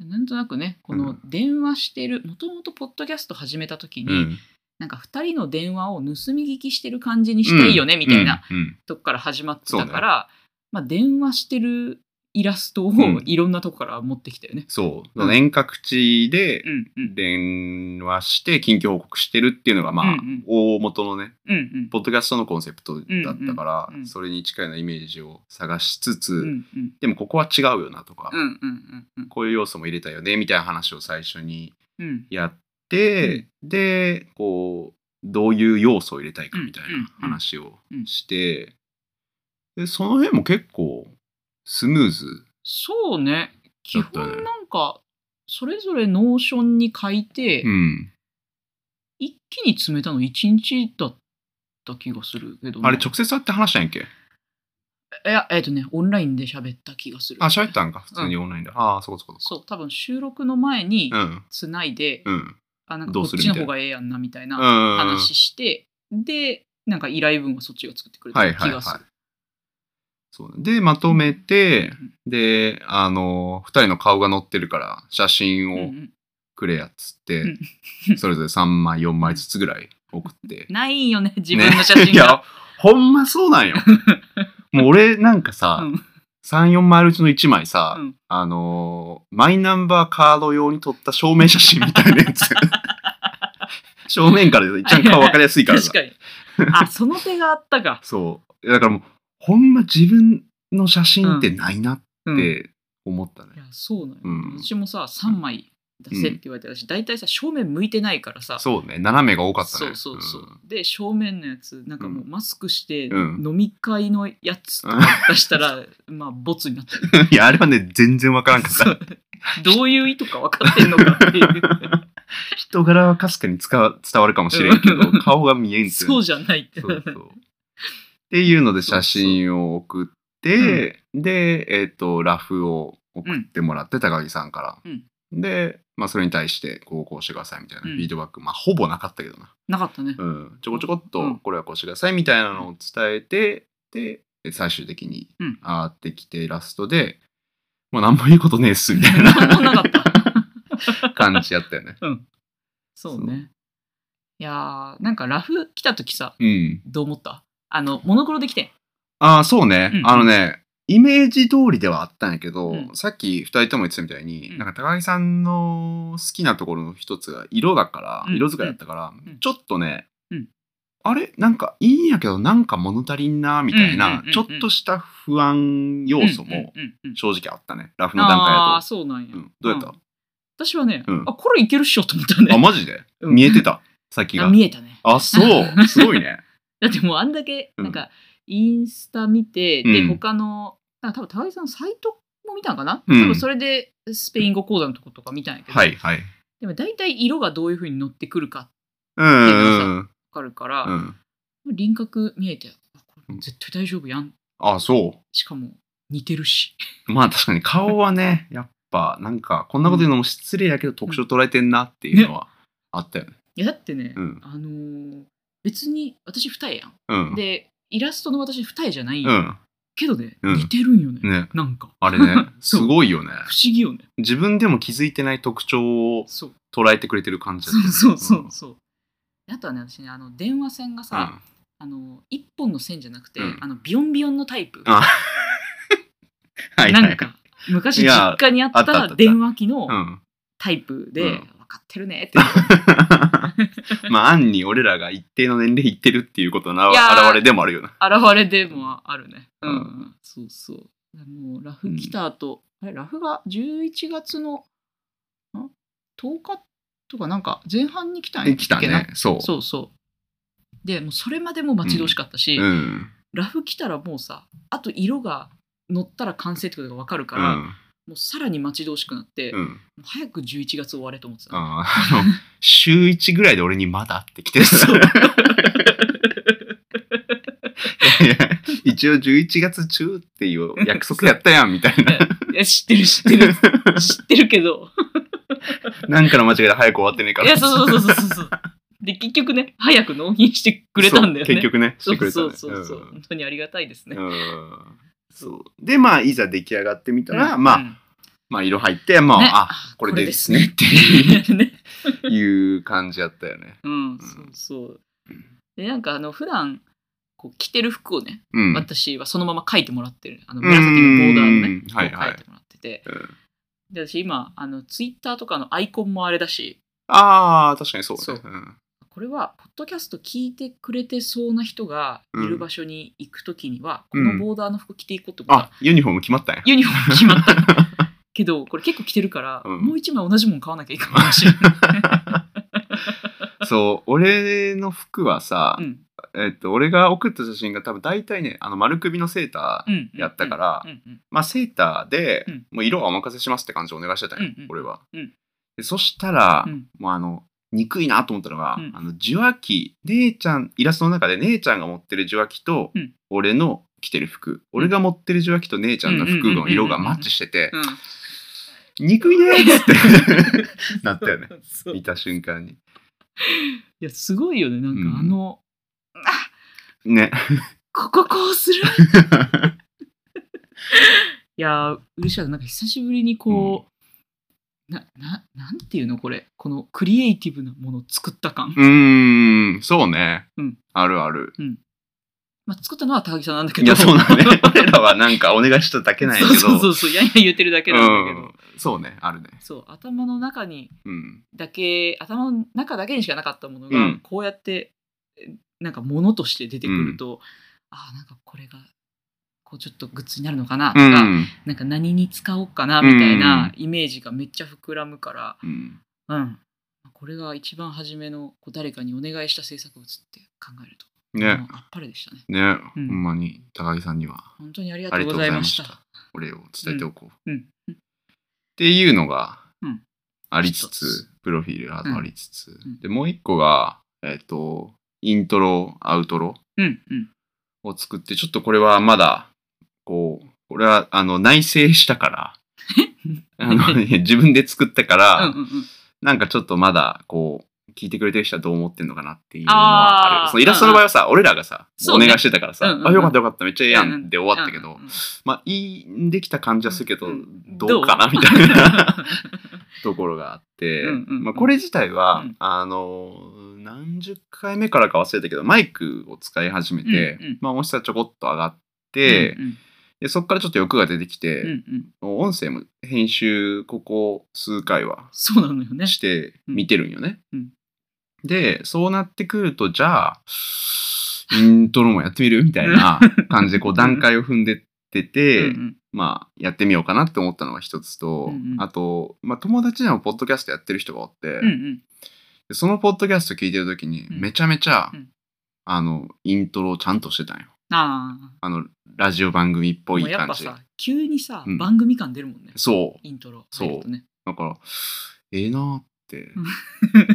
[SPEAKER 1] なんとなくねこ
[SPEAKER 2] う
[SPEAKER 1] の
[SPEAKER 2] ん
[SPEAKER 1] 電話してるもともとポッドキャスト始めた時に、
[SPEAKER 2] うん
[SPEAKER 1] なんか2人の電話を盗み聞きしてる感じにしたいよね、みたいな、
[SPEAKER 2] うんうん
[SPEAKER 1] とこから始まって
[SPEAKER 2] そう
[SPEAKER 1] た
[SPEAKER 2] ね
[SPEAKER 1] から、まあ、電話してるイラストを
[SPEAKER 2] ん
[SPEAKER 1] いろんなとこから持ってきたよね。
[SPEAKER 2] そう、
[SPEAKER 1] うん
[SPEAKER 2] 遠隔地で
[SPEAKER 1] うんうん
[SPEAKER 2] 電話して近況報告してるっていうのがまあ、
[SPEAKER 1] うんうん
[SPEAKER 2] 大元のね
[SPEAKER 1] うんうん
[SPEAKER 2] ポッドキャストのコンセプトだったから、
[SPEAKER 1] うんうんうん
[SPEAKER 2] それに近いようなイメージを探しつつ、
[SPEAKER 1] うんうん
[SPEAKER 2] でもここは違うよなとか、
[SPEAKER 1] うんうんうんうん
[SPEAKER 2] こういう要素も入れたよねみたいな話を最初に
[SPEAKER 1] うん
[SPEAKER 2] やって、でこうどういう要素を入れたいかみたいな話をして、でその辺も結構スムーズ
[SPEAKER 1] そうね基
[SPEAKER 2] だったね
[SPEAKER 1] 本なんかそれぞれノーションに書いて、
[SPEAKER 2] うん、
[SPEAKER 1] 一気に詰めたの1日だった気がするけどな
[SPEAKER 2] あれ直接会って話したんやっけ
[SPEAKER 1] いやえっ、とねオンラインで喋った気がする
[SPEAKER 2] あ喋ったんか普通にオンラインで、ああそこそこそこ
[SPEAKER 1] そう多分収録の前に
[SPEAKER 2] うん
[SPEAKER 1] つないで、
[SPEAKER 2] うん
[SPEAKER 1] あなんか
[SPEAKER 2] ど
[SPEAKER 1] こ
[SPEAKER 2] う
[SPEAKER 1] っ
[SPEAKER 2] する
[SPEAKER 1] ちの方がええやんなみたいな
[SPEAKER 2] 話
[SPEAKER 1] 話して、でなんか依頼文はそっちが作ってくれ
[SPEAKER 2] はい
[SPEAKER 1] た
[SPEAKER 2] はい
[SPEAKER 1] 気
[SPEAKER 2] はい
[SPEAKER 1] がする、
[SPEAKER 2] そうでまとめて
[SPEAKER 1] うん
[SPEAKER 2] であの2人の顔が載ってるから写真
[SPEAKER 1] うんう
[SPEAKER 2] を
[SPEAKER 1] ん
[SPEAKER 2] くれやっつって、
[SPEAKER 1] うん
[SPEAKER 2] それぞれ3枚4枚ずつぐらい送って
[SPEAKER 1] ないよね自分の写真
[SPEAKER 2] ねい
[SPEAKER 1] が、
[SPEAKER 2] やほんまそうなんよ
[SPEAKER 1] (laughs)
[SPEAKER 2] もう俺なんかさ、
[SPEAKER 1] うん
[SPEAKER 2] 34枚あるうちの1枚さ、
[SPEAKER 1] うん
[SPEAKER 2] あのーマイナンバーカード用に撮った証明写真みたい
[SPEAKER 1] (laughs)
[SPEAKER 2] なやつ正面から一番顔分かりやすいから
[SPEAKER 1] 確
[SPEAKER 2] さ
[SPEAKER 1] かに
[SPEAKER 2] (laughs)
[SPEAKER 1] あその手があったか、
[SPEAKER 2] そうだからもうほんま自分の写真ってないなっ
[SPEAKER 1] うんい
[SPEAKER 2] て思ったね、
[SPEAKER 1] やそうなのよ、
[SPEAKER 2] うん
[SPEAKER 1] 私もさ3枚出せって言われて私大体さ正面向いてないからさ
[SPEAKER 2] そうね斜めが多かった
[SPEAKER 1] そ
[SPEAKER 2] ね
[SPEAKER 1] うそうそう、で正面のやつなんかもうマスクして
[SPEAKER 2] うん
[SPEAKER 1] 飲み会のやつと
[SPEAKER 2] う
[SPEAKER 1] か
[SPEAKER 2] ん
[SPEAKER 1] 出したら、まあボツになった
[SPEAKER 2] うん (laughs) いやあれはね全然分からんかっ
[SPEAKER 1] そ
[SPEAKER 2] た
[SPEAKER 1] う (laughs) どういう意図か分かってんのかっていう
[SPEAKER 2] (laughs) 人柄はかすかにつか伝わるかもしれんけ
[SPEAKER 1] (laughs)
[SPEAKER 2] ど
[SPEAKER 1] うん
[SPEAKER 2] 顔が見えんってい
[SPEAKER 1] そうじゃないって
[SPEAKER 2] (laughs) そうそうっていうので写真を送って、で、えっ、と、ラフを送ってもらって、高木さんから。で、まあ、それに対して、こう、こうしてくださいみたい
[SPEAKER 1] う
[SPEAKER 2] なフ
[SPEAKER 1] ん
[SPEAKER 2] ィードバック、まあ、ほぼなかったけどな。
[SPEAKER 1] なかったね、
[SPEAKER 2] うん。ちょこちょこっ
[SPEAKER 1] う
[SPEAKER 2] と
[SPEAKER 1] ん、
[SPEAKER 2] これはこうしてくださいみたいなのを伝えて、で、最終的に
[SPEAKER 1] うん、
[SPEAKER 2] あーってきて、ラストで、もう何も言うことねえっす、みた
[SPEAKER 1] (laughs)
[SPEAKER 2] い
[SPEAKER 1] なんもなか
[SPEAKER 2] な
[SPEAKER 1] った
[SPEAKER 2] (laughs) 感じやったよね。
[SPEAKER 1] そうねいやーなんかラフ来た時さ
[SPEAKER 2] うん。
[SPEAKER 1] どう思ったあのモノクロで来てん
[SPEAKER 2] ああ、そうね。
[SPEAKER 1] うん
[SPEAKER 2] あのね、イメージ通りではあったんやけど、
[SPEAKER 1] うん
[SPEAKER 2] さっき二人とも言ってたみたいに、
[SPEAKER 1] うん
[SPEAKER 2] なんか高木さんの好きなところの一つが色だから、
[SPEAKER 1] うん
[SPEAKER 2] 色使いだったから、
[SPEAKER 1] うん
[SPEAKER 2] ちょっとね、
[SPEAKER 1] うん
[SPEAKER 2] あれなんかいいんやけど、なんか物足りんな、みたい
[SPEAKER 1] うんうん
[SPEAKER 2] な
[SPEAKER 1] うんう、ん
[SPEAKER 2] ちょっとした不安要素も
[SPEAKER 1] うんうんうんうん
[SPEAKER 2] 正直あったね。ラフの段階
[SPEAKER 1] ああ
[SPEAKER 2] だと。
[SPEAKER 1] そうなんや、
[SPEAKER 2] うん、どうやった、
[SPEAKER 1] ん私はね、
[SPEAKER 2] うん
[SPEAKER 1] あこれいけるっしょと思ったね
[SPEAKER 2] あ、マジで、
[SPEAKER 1] うん
[SPEAKER 2] 見えてた先
[SPEAKER 1] あ
[SPEAKER 2] が。
[SPEAKER 1] 見えたね
[SPEAKER 2] あ、そう。すご
[SPEAKER 1] (laughs)
[SPEAKER 2] いね。
[SPEAKER 1] だってもうあんだけ
[SPEAKER 2] うん
[SPEAKER 1] なんかインスタ見て、
[SPEAKER 2] うん
[SPEAKER 1] で他のなんか多分高木さんのサイトも見たんかな、
[SPEAKER 2] うん
[SPEAKER 1] 多分それでスペイン語講座のとことか見たんやけど、
[SPEAKER 2] はい、はい。
[SPEAKER 1] でも大体色がどういうふうに乗ってくるか
[SPEAKER 2] うんうん
[SPEAKER 1] 分かるか
[SPEAKER 2] うん。う
[SPEAKER 1] ら、
[SPEAKER 2] ん。
[SPEAKER 1] 輪郭見えてあこれ絶対大丈夫やん
[SPEAKER 2] あ、そう。
[SPEAKER 1] しかも似てるし
[SPEAKER 2] まあ確かに顔
[SPEAKER 1] (laughs)
[SPEAKER 2] はね、やっぱなんかこんなこと言うのも失礼やけど特徴捉えてんなっていうのはあったよね。
[SPEAKER 1] いやだってね、
[SPEAKER 2] うん
[SPEAKER 1] あのー別に私二重やん、
[SPEAKER 2] うん。
[SPEAKER 1] でイラストの私二重じゃないん
[SPEAKER 2] う
[SPEAKER 1] や、
[SPEAKER 2] ん。
[SPEAKER 1] けどね、
[SPEAKER 2] うん
[SPEAKER 1] 似てるんよね
[SPEAKER 2] ね。
[SPEAKER 1] なんか
[SPEAKER 2] あれね、す
[SPEAKER 1] (laughs) そう
[SPEAKER 2] ごいよね。
[SPEAKER 1] 不思議よね
[SPEAKER 2] 自分でも気づいてない特徴を (laughs)
[SPEAKER 1] そう
[SPEAKER 2] 捉えてくれてる感じだった
[SPEAKER 1] そ
[SPEAKER 2] よね
[SPEAKER 1] うそうそうそう。あとはね、私ね、あの電話線が
[SPEAKER 2] うん
[SPEAKER 1] さ、あの一本の線じゃなくて、
[SPEAKER 2] うん
[SPEAKER 1] あのビヨンビヨンのタイプ。
[SPEAKER 2] あはいはい。
[SPEAKER 1] なんか昔
[SPEAKER 2] いや
[SPEAKER 1] 実家にあっ
[SPEAKER 2] あったあったあったた
[SPEAKER 1] 電話機の (laughs)
[SPEAKER 2] うん。
[SPEAKER 1] タイプで、
[SPEAKER 2] う
[SPEAKER 1] 分
[SPEAKER 2] ん
[SPEAKER 1] かってるねって。い
[SPEAKER 2] まあ、暗に俺らが一定の年齢いってるっていうことの
[SPEAKER 1] いやー
[SPEAKER 2] 表れでもあるよな。
[SPEAKER 1] (laughs) 現れでもあるね。うん、
[SPEAKER 2] う
[SPEAKER 1] そうそう。もうラフ来た後、あれラフが11月のん10日とかなんか前半に来たんやっ
[SPEAKER 2] 来た
[SPEAKER 1] けな
[SPEAKER 2] ね。そう。
[SPEAKER 1] そうそう。でもうそれまでも待ち遠しかったし、
[SPEAKER 2] うん。
[SPEAKER 1] ラフ来たらもうさあと色が乗ったら完成ってことが分かるか
[SPEAKER 2] う
[SPEAKER 1] ら、
[SPEAKER 2] ん。
[SPEAKER 1] もうさらに待ち遠しくなって、
[SPEAKER 2] う
[SPEAKER 1] も
[SPEAKER 2] ん。
[SPEAKER 1] う早く11月終われと思ってた、
[SPEAKER 2] あーあの、週1ぐらいで俺にまだって来てる。
[SPEAKER 1] そう
[SPEAKER 2] いや (laughs) 一応11月中っていう約束やったやんみたいな。
[SPEAKER 1] (laughs) いや知ってる知ってる知ってるけど
[SPEAKER 2] (laughs) なんかの間違いで早く終わってねえか
[SPEAKER 1] い
[SPEAKER 2] ら。
[SPEAKER 1] やそうそうそうそうそうで結局ね早く納品してくれたんだよ
[SPEAKER 2] そ
[SPEAKER 1] ね
[SPEAKER 2] う結局ね、し
[SPEAKER 1] そ
[SPEAKER 2] て
[SPEAKER 1] う
[SPEAKER 2] くれた、
[SPEAKER 1] そ
[SPEAKER 2] ね。
[SPEAKER 1] うそうそう、本当にありがたいですね、
[SPEAKER 2] うんうんそうで、まあ、いざ出来上がってみたら、まあ、
[SPEAKER 1] うん
[SPEAKER 2] まあ、色入って、まあ、
[SPEAKER 3] ね
[SPEAKER 2] あ、これでですねってい
[SPEAKER 1] ね。
[SPEAKER 2] ういう感じやったよね。
[SPEAKER 1] うん、そうそう。で、なんかあの、普段、こう着てる服をね、
[SPEAKER 2] うん。
[SPEAKER 1] 私はそのまま書いてもらってる。あの、紫のボーダーのね、
[SPEAKER 2] うん
[SPEAKER 1] こう
[SPEAKER 2] はいはい
[SPEAKER 1] 書いてもらってて。
[SPEAKER 2] うん
[SPEAKER 1] で、私今、あの、ツイッターとかのアイコンもあれだし、
[SPEAKER 2] ああ、確かにそうね。
[SPEAKER 1] そう
[SPEAKER 2] うん
[SPEAKER 1] これは、ポッドキャスト聞いてくれてそうな人がいる場所に行くときには、
[SPEAKER 2] うん
[SPEAKER 1] このボーダーの服着ていこうとか、
[SPEAKER 2] あ、ユニフォーム決まったんや。
[SPEAKER 1] ユニフォーム決まった
[SPEAKER 2] (laughs)
[SPEAKER 1] けど、これ結構着てるから、
[SPEAKER 2] うん
[SPEAKER 1] もう一枚同じもん買わなきゃいいかもし
[SPEAKER 2] (laughs)
[SPEAKER 1] れない。
[SPEAKER 2] そう、俺の服はさ、
[SPEAKER 1] うん
[SPEAKER 2] えっと、俺が送った写真が多分大体ね、あの丸首のセーター、
[SPEAKER 1] うん
[SPEAKER 2] やったから
[SPEAKER 1] うんうん
[SPEAKER 2] まあセーターで、
[SPEAKER 1] うん
[SPEAKER 2] もう色はお任せしますって感じでお願いしてたんよ、
[SPEAKER 1] うんうん
[SPEAKER 2] 俺は、
[SPEAKER 1] うん
[SPEAKER 2] で。そしたら、
[SPEAKER 1] うん
[SPEAKER 2] もうあの、憎いなと思ったのが、
[SPEAKER 1] うん
[SPEAKER 2] あの受話器、姉ちゃん、イラストの中で姉ちゃんが持ってる受話器と、
[SPEAKER 1] うん
[SPEAKER 2] 俺の着てる服、俺が持ってる受話器と姉ちゃんの服の色がマッチしてて、
[SPEAKER 1] うん
[SPEAKER 2] 憎いねーっつ
[SPEAKER 1] (laughs)
[SPEAKER 2] って (laughs) なったよね。
[SPEAKER 1] そう
[SPEAKER 2] 見
[SPEAKER 1] い
[SPEAKER 2] た瞬間に。
[SPEAKER 1] やすごいよねなん
[SPEAKER 2] うん
[SPEAKER 1] かあの、
[SPEAKER 2] ね。 (laughs)
[SPEAKER 1] こここうするいやー嬉しかったなんか久しぶりにこう、なななんていうのこれこのクリエイティブなものを作った感、
[SPEAKER 2] うーん、そうね。
[SPEAKER 1] うん
[SPEAKER 2] あるある。
[SPEAKER 1] まあ、作ったのは高木さんなんだけど。
[SPEAKER 2] いや、そうだね (laughs) 俺らはなんかお願いしちゃだけないけど。
[SPEAKER 1] (laughs) そうそうそうそうやんやん言ってるだけなんだけど、
[SPEAKER 2] うんそうね、あるね。
[SPEAKER 1] そう頭の中に
[SPEAKER 2] うん。
[SPEAKER 1] だけ頭の中だけにしかなかったものが、
[SPEAKER 2] うん
[SPEAKER 1] こうやってえなんかものとして出てくると、ああなんかこれがこうちょっとグッズになるのかなと
[SPEAKER 2] う
[SPEAKER 1] か、
[SPEAKER 2] ん。
[SPEAKER 1] なんか何に使おうかなみたいなイメージがめっちゃ膨らむから、
[SPEAKER 2] うん
[SPEAKER 1] うん、これが一番初めのこう誰かにお願いした制作物って考えると、
[SPEAKER 2] ね
[SPEAKER 1] もう。あっぱれでしたね。
[SPEAKER 2] ね、
[SPEAKER 1] う
[SPEAKER 2] ほ
[SPEAKER 1] ん
[SPEAKER 2] んまに高木さんには
[SPEAKER 1] 本当にありが
[SPEAKER 2] あ
[SPEAKER 1] と
[SPEAKER 2] り
[SPEAKER 1] う
[SPEAKER 2] が
[SPEAKER 1] ご
[SPEAKER 2] と
[SPEAKER 1] ざ
[SPEAKER 2] うござ
[SPEAKER 1] い
[SPEAKER 2] い
[SPEAKER 1] ま
[SPEAKER 2] ま
[SPEAKER 1] し。
[SPEAKER 2] したた。お礼を伝えておこう。
[SPEAKER 1] う
[SPEAKER 2] っ
[SPEAKER 1] ん、
[SPEAKER 2] ていうのが
[SPEAKER 1] うん
[SPEAKER 2] ありつつ、
[SPEAKER 1] 一
[SPEAKER 2] プロフィールがありつつ、
[SPEAKER 1] ん
[SPEAKER 2] で、もう一個が、えっ、と、イントロ、アウトロ
[SPEAKER 1] うん、うん、
[SPEAKER 2] を作って、ちょっとこれはまだ、こう、これはあの内製し
[SPEAKER 1] (laughs)
[SPEAKER 2] たから、あのいや自分で作ったから、
[SPEAKER 1] うん、うん、うん、
[SPEAKER 2] なんかちょっとまだ、こう、聞いてくれてる人はどう思ってんのかなっていうのは
[SPEAKER 1] あ
[SPEAKER 2] あ
[SPEAKER 1] ー
[SPEAKER 2] る。そのイラストの場合はさ、俺らがさ、
[SPEAKER 1] そう
[SPEAKER 2] お
[SPEAKER 1] ね
[SPEAKER 2] 願いしてたから
[SPEAKER 1] うん
[SPEAKER 2] さ
[SPEAKER 1] う、んうん
[SPEAKER 2] あ、よかったよかった、めっちゃええやんで終わったけ
[SPEAKER 1] う
[SPEAKER 2] ど
[SPEAKER 1] ん、うん
[SPEAKER 2] まあ、いい、できた感じはするけど
[SPEAKER 1] うん、
[SPEAKER 2] どうかなみたいな (laughs) ところがあって
[SPEAKER 1] うんうんうん、
[SPEAKER 2] まあ、これ自体は
[SPEAKER 1] うん、
[SPEAKER 2] あの、何十回目からか忘れたけど、マイクを使い始めて
[SPEAKER 1] うんうん、
[SPEAKER 2] まあ、音質はちょこっと上がっ
[SPEAKER 1] うん
[SPEAKER 2] て
[SPEAKER 1] う、ん
[SPEAKER 2] でそこからちょっと欲が出てき
[SPEAKER 1] うんう
[SPEAKER 2] て、
[SPEAKER 1] ん、
[SPEAKER 2] 音声も編集、ここ数回は
[SPEAKER 1] そうなのよね。
[SPEAKER 2] して見てるんよね。
[SPEAKER 1] うん
[SPEAKER 2] で、そうなってくると、じゃあ、イントロもやってみるみたいな感じで、こ
[SPEAKER 1] う
[SPEAKER 2] うん段階を踏んでっ
[SPEAKER 1] う
[SPEAKER 2] て
[SPEAKER 1] ん
[SPEAKER 2] て、
[SPEAKER 1] うん
[SPEAKER 2] まあ、やってみようかなって思ったのが一つと、
[SPEAKER 1] うんうん
[SPEAKER 2] あと、まあ、友達でもポッドキャストやってる人がおって、
[SPEAKER 1] うんうん
[SPEAKER 2] でそのポッドキャスト聞いてるときに、
[SPEAKER 1] うん
[SPEAKER 2] めちゃめちゃ、
[SPEAKER 1] うん
[SPEAKER 2] あの、イントロをちゃんとしてたんよ。
[SPEAKER 1] あ
[SPEAKER 2] あの、ラジオ番組っ
[SPEAKER 1] あ、
[SPEAKER 2] ぽい
[SPEAKER 1] もうやっ
[SPEAKER 2] 感
[SPEAKER 1] ぱ
[SPEAKER 2] じ。
[SPEAKER 1] さ、急にさ、
[SPEAKER 2] うん
[SPEAKER 1] 番組感出るもんね。
[SPEAKER 2] そう。
[SPEAKER 1] イントロ。
[SPEAKER 2] そう
[SPEAKER 1] 入るとね。
[SPEAKER 2] だから、ええなーって
[SPEAKER 1] うん、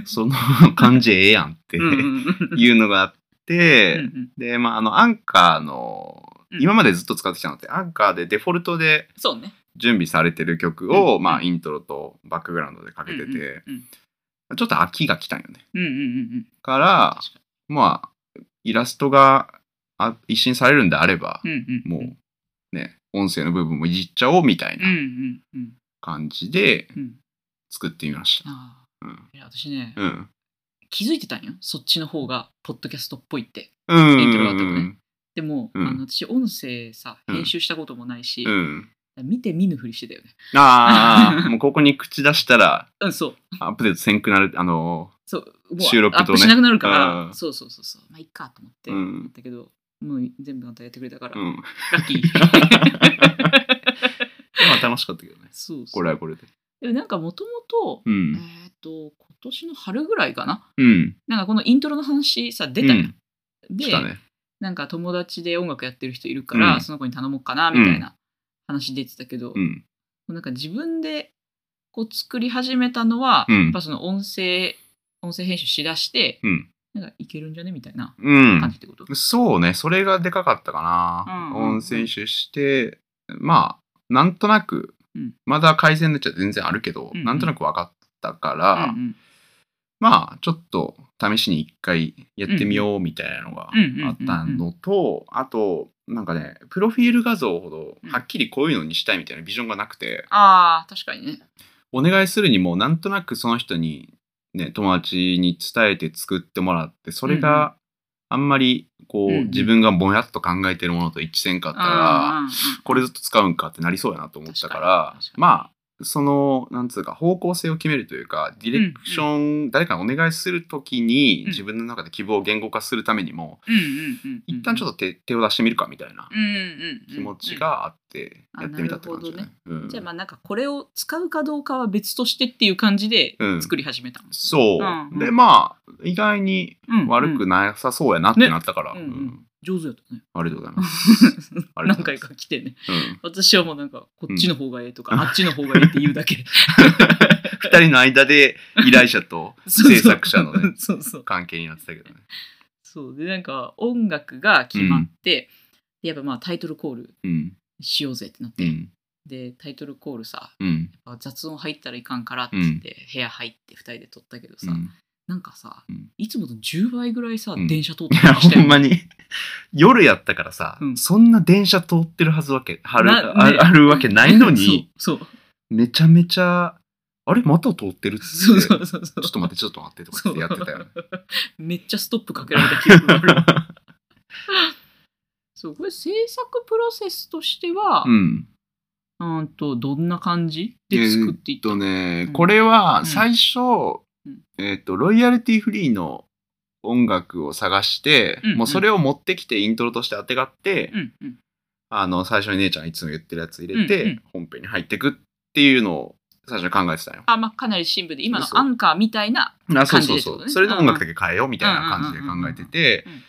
[SPEAKER 2] その感じええやんって
[SPEAKER 1] (laughs) うんうんうん
[SPEAKER 2] いうのがあっ
[SPEAKER 1] うんう
[SPEAKER 2] て、
[SPEAKER 1] ん
[SPEAKER 2] で、まあ、あの、アンカーの
[SPEAKER 1] う、ん
[SPEAKER 2] 今までずっと使ってきたのって、アンカーでデフォルトで
[SPEAKER 1] そうね。
[SPEAKER 2] 準備されてる曲を、
[SPEAKER 1] うんう
[SPEAKER 2] まあ、イントロとバックグラウンドでかけてて、
[SPEAKER 1] うん
[SPEAKER 2] ちょっと飽きが来たんよね。
[SPEAKER 1] うんうんうん
[SPEAKER 2] から、まあ、イラストがあ一新されるんであれば
[SPEAKER 1] うんう、んうん。
[SPEAKER 2] もう、ね、音声の部分もいじっちゃおうみたい
[SPEAKER 1] うんう
[SPEAKER 2] なん
[SPEAKER 1] うん
[SPEAKER 2] 感じで
[SPEAKER 1] うん。
[SPEAKER 2] 作ってみました。
[SPEAKER 1] あ
[SPEAKER 2] うん
[SPEAKER 1] あ。いや、私ね、
[SPEAKER 2] うん。
[SPEAKER 1] 気づいてたんよ。そっちの方が、ポッドキャストっぽいって。
[SPEAKER 2] うん。
[SPEAKER 1] イントロだったのねでも、あ
[SPEAKER 2] うん
[SPEAKER 1] の私、音声さ、
[SPEAKER 2] うん
[SPEAKER 1] 編集したこともないし
[SPEAKER 2] う、ん。
[SPEAKER 1] 見て見ぬふりしてたよね。 (laughs)
[SPEAKER 2] ああ、もうここに口出したら、
[SPEAKER 1] うん、そう。
[SPEAKER 2] アップデートせんくなる、あの
[SPEAKER 1] そう。もう
[SPEAKER 2] 収録
[SPEAKER 1] ア
[SPEAKER 2] と
[SPEAKER 1] ップ
[SPEAKER 2] ね
[SPEAKER 1] しなくなるか
[SPEAKER 2] う
[SPEAKER 1] ら、
[SPEAKER 2] ん
[SPEAKER 1] そうそうそうそう。まあ、いっかと思って、
[SPEAKER 2] うん
[SPEAKER 1] だけど、もう全部あんたやってくれたから、
[SPEAKER 2] ー、
[SPEAKER 1] ラ
[SPEAKER 2] うん。
[SPEAKER 1] (laughs) ッ
[SPEAKER 2] (laughs)
[SPEAKER 1] キー。
[SPEAKER 2] まあ楽しかったけどね。
[SPEAKER 1] そうそう
[SPEAKER 2] これはこれで。
[SPEAKER 1] でもなんかもともと、
[SPEAKER 2] う
[SPEAKER 1] え
[SPEAKER 2] ん。
[SPEAKER 1] ーっと、今年の春ぐらいかな。
[SPEAKER 2] うん。
[SPEAKER 1] なんかこのイントロの話さ、出たやん。で、
[SPEAKER 2] したね。
[SPEAKER 1] なんか友達で音楽やってる人いるから、
[SPEAKER 2] うん
[SPEAKER 1] その子に頼もうかな、みたいな話出てたけど、
[SPEAKER 2] うん。
[SPEAKER 1] なんか自分でこう作り始めたのは、
[SPEAKER 2] うん
[SPEAKER 1] やっぱその音声、音声編集しだして、
[SPEAKER 2] うん
[SPEAKER 1] なんかいけるんじゃねみたいな
[SPEAKER 2] う
[SPEAKER 1] 感
[SPEAKER 2] ん
[SPEAKER 1] じ。ってこと、
[SPEAKER 2] そうね、それがでかかったかな。
[SPEAKER 1] うんうんうん
[SPEAKER 2] 音声集して、まあ、なんとなく、
[SPEAKER 1] うん
[SPEAKER 2] まだ改善のうちは全然あるけど、
[SPEAKER 1] うんうん
[SPEAKER 2] なんとなく分かったか
[SPEAKER 1] うん
[SPEAKER 2] ら、
[SPEAKER 1] うん
[SPEAKER 2] まあ、ちょっと試しに一回やってみようみたいなのが
[SPEAKER 1] うん
[SPEAKER 2] あったのと、あと、なんかね、プロフィール画像ほどはっきりこういうのにしたいみたいなビジョンがなくて、
[SPEAKER 1] ああ、確かにね。
[SPEAKER 2] お願いするにもなんとなくその人に、ね、友達に伝えて作ってもらって、それがあんまりこう、
[SPEAKER 1] うんうん
[SPEAKER 2] 自分がもやっと考えてるものと一致せんかったら、
[SPEAKER 1] うんうんうん
[SPEAKER 2] これずっと使うんかってなりそうやなと思ったから
[SPEAKER 1] 確かに確かに
[SPEAKER 2] まあそのなんつうか方向性を決めるというかディレクション、誰かにお願いするときに、
[SPEAKER 1] うん
[SPEAKER 2] 自分の中で希望を言語化するためにも、
[SPEAKER 1] うんうんうんうん、
[SPEAKER 2] 一旦ちょっ
[SPEAKER 1] と
[SPEAKER 2] と手手を出してみるかみたいな
[SPEAKER 1] 気
[SPEAKER 2] 気持ち、があって
[SPEAKER 1] うん
[SPEAKER 2] やってみたって感じだ
[SPEAKER 1] あな
[SPEAKER 2] ね。うん
[SPEAKER 1] じゃあまあなんかこれを使うかどうかは別としてっていう感じで
[SPEAKER 2] うん
[SPEAKER 1] 作り始めたんです、
[SPEAKER 2] そう、
[SPEAKER 1] うんうん
[SPEAKER 2] でまあ意外に
[SPEAKER 1] うん
[SPEAKER 2] 悪くなさそうやなってなったから、
[SPEAKER 1] ね
[SPEAKER 2] う
[SPEAKER 1] うん
[SPEAKER 2] ん
[SPEAKER 1] うん上手やったね
[SPEAKER 2] ありがとうございます。ありが
[SPEAKER 1] 何
[SPEAKER 2] とうござい
[SPEAKER 1] 回
[SPEAKER 2] ます
[SPEAKER 1] か来てね
[SPEAKER 2] うん
[SPEAKER 1] (laughs) 私はもうなんかこっちの方がええとか、
[SPEAKER 2] うん
[SPEAKER 1] あっちの方がええって言うだ
[SPEAKER 2] (laughs)
[SPEAKER 1] け
[SPEAKER 2] 二人の間で依頼者と
[SPEAKER 1] (laughs) そうそう
[SPEAKER 2] 制作者のね
[SPEAKER 1] (laughs) そうそう
[SPEAKER 2] 関係になってたけどね。
[SPEAKER 1] そうでなんか音楽が決まって、でやっぱまあタイトルコール
[SPEAKER 2] うん
[SPEAKER 1] しようぜってなって、
[SPEAKER 2] うん
[SPEAKER 1] でタイトルコールさ
[SPEAKER 2] うん
[SPEAKER 1] あ雑音入ったらいかんからって言って、部屋入って2人で撮ったけどさ、
[SPEAKER 2] うん
[SPEAKER 1] なんかさ、
[SPEAKER 2] うん
[SPEAKER 1] いつもと10倍ぐらいさ、
[SPEAKER 2] うん
[SPEAKER 1] 電車通っ
[SPEAKER 2] い
[SPEAKER 1] て
[SPEAKER 2] や、
[SPEAKER 1] ました
[SPEAKER 2] ほ
[SPEAKER 1] よ
[SPEAKER 2] んまに。夜やったからさ、
[SPEAKER 1] うん
[SPEAKER 2] そんな電車通ってるはずわけ、はる
[SPEAKER 1] な
[SPEAKER 2] あ
[SPEAKER 1] ね
[SPEAKER 2] あるわけないのに、
[SPEAKER 1] そう (laughs) そう
[SPEAKER 2] めちゃめちゃ、あれまた通ってるっつって
[SPEAKER 1] そうそうそうそう
[SPEAKER 2] ちょっと待って、ちょっと待ってとかってやってたよね。
[SPEAKER 1] (laughs) めっちゃストップかけられた記憶がある
[SPEAKER 2] (laughs)
[SPEAKER 1] そうこれ制作プロセスとしては、
[SPEAKER 2] うん。
[SPEAKER 1] うん、とどんな感じで作っていった
[SPEAKER 2] と
[SPEAKER 1] の
[SPEAKER 2] ね
[SPEAKER 1] うん、
[SPEAKER 2] これ
[SPEAKER 1] う
[SPEAKER 2] は
[SPEAKER 1] ん
[SPEAKER 2] 最初、
[SPEAKER 1] ん
[SPEAKER 2] えっ、と、ロイヤリティフリーの音楽を探して、
[SPEAKER 1] うん
[SPEAKER 2] もうそれを持ってきてイントロとして当てがって、
[SPEAKER 1] うんうん
[SPEAKER 2] あの、最初に姉ちゃんいつも言ってるやつ入れて、
[SPEAKER 1] うんうん
[SPEAKER 2] 本編に入ってくっていうのを最初に考えてたよ。
[SPEAKER 1] あまあかなり新聞で今の
[SPEAKER 2] そうそう
[SPEAKER 1] アンカーみたいな
[SPEAKER 2] あそう
[SPEAKER 1] 感じ
[SPEAKER 2] そう
[SPEAKER 1] でって
[SPEAKER 2] そ
[SPEAKER 1] ことね
[SPEAKER 2] う。それで音楽だけ変えようみたいな感じで考えてて
[SPEAKER 1] うんうん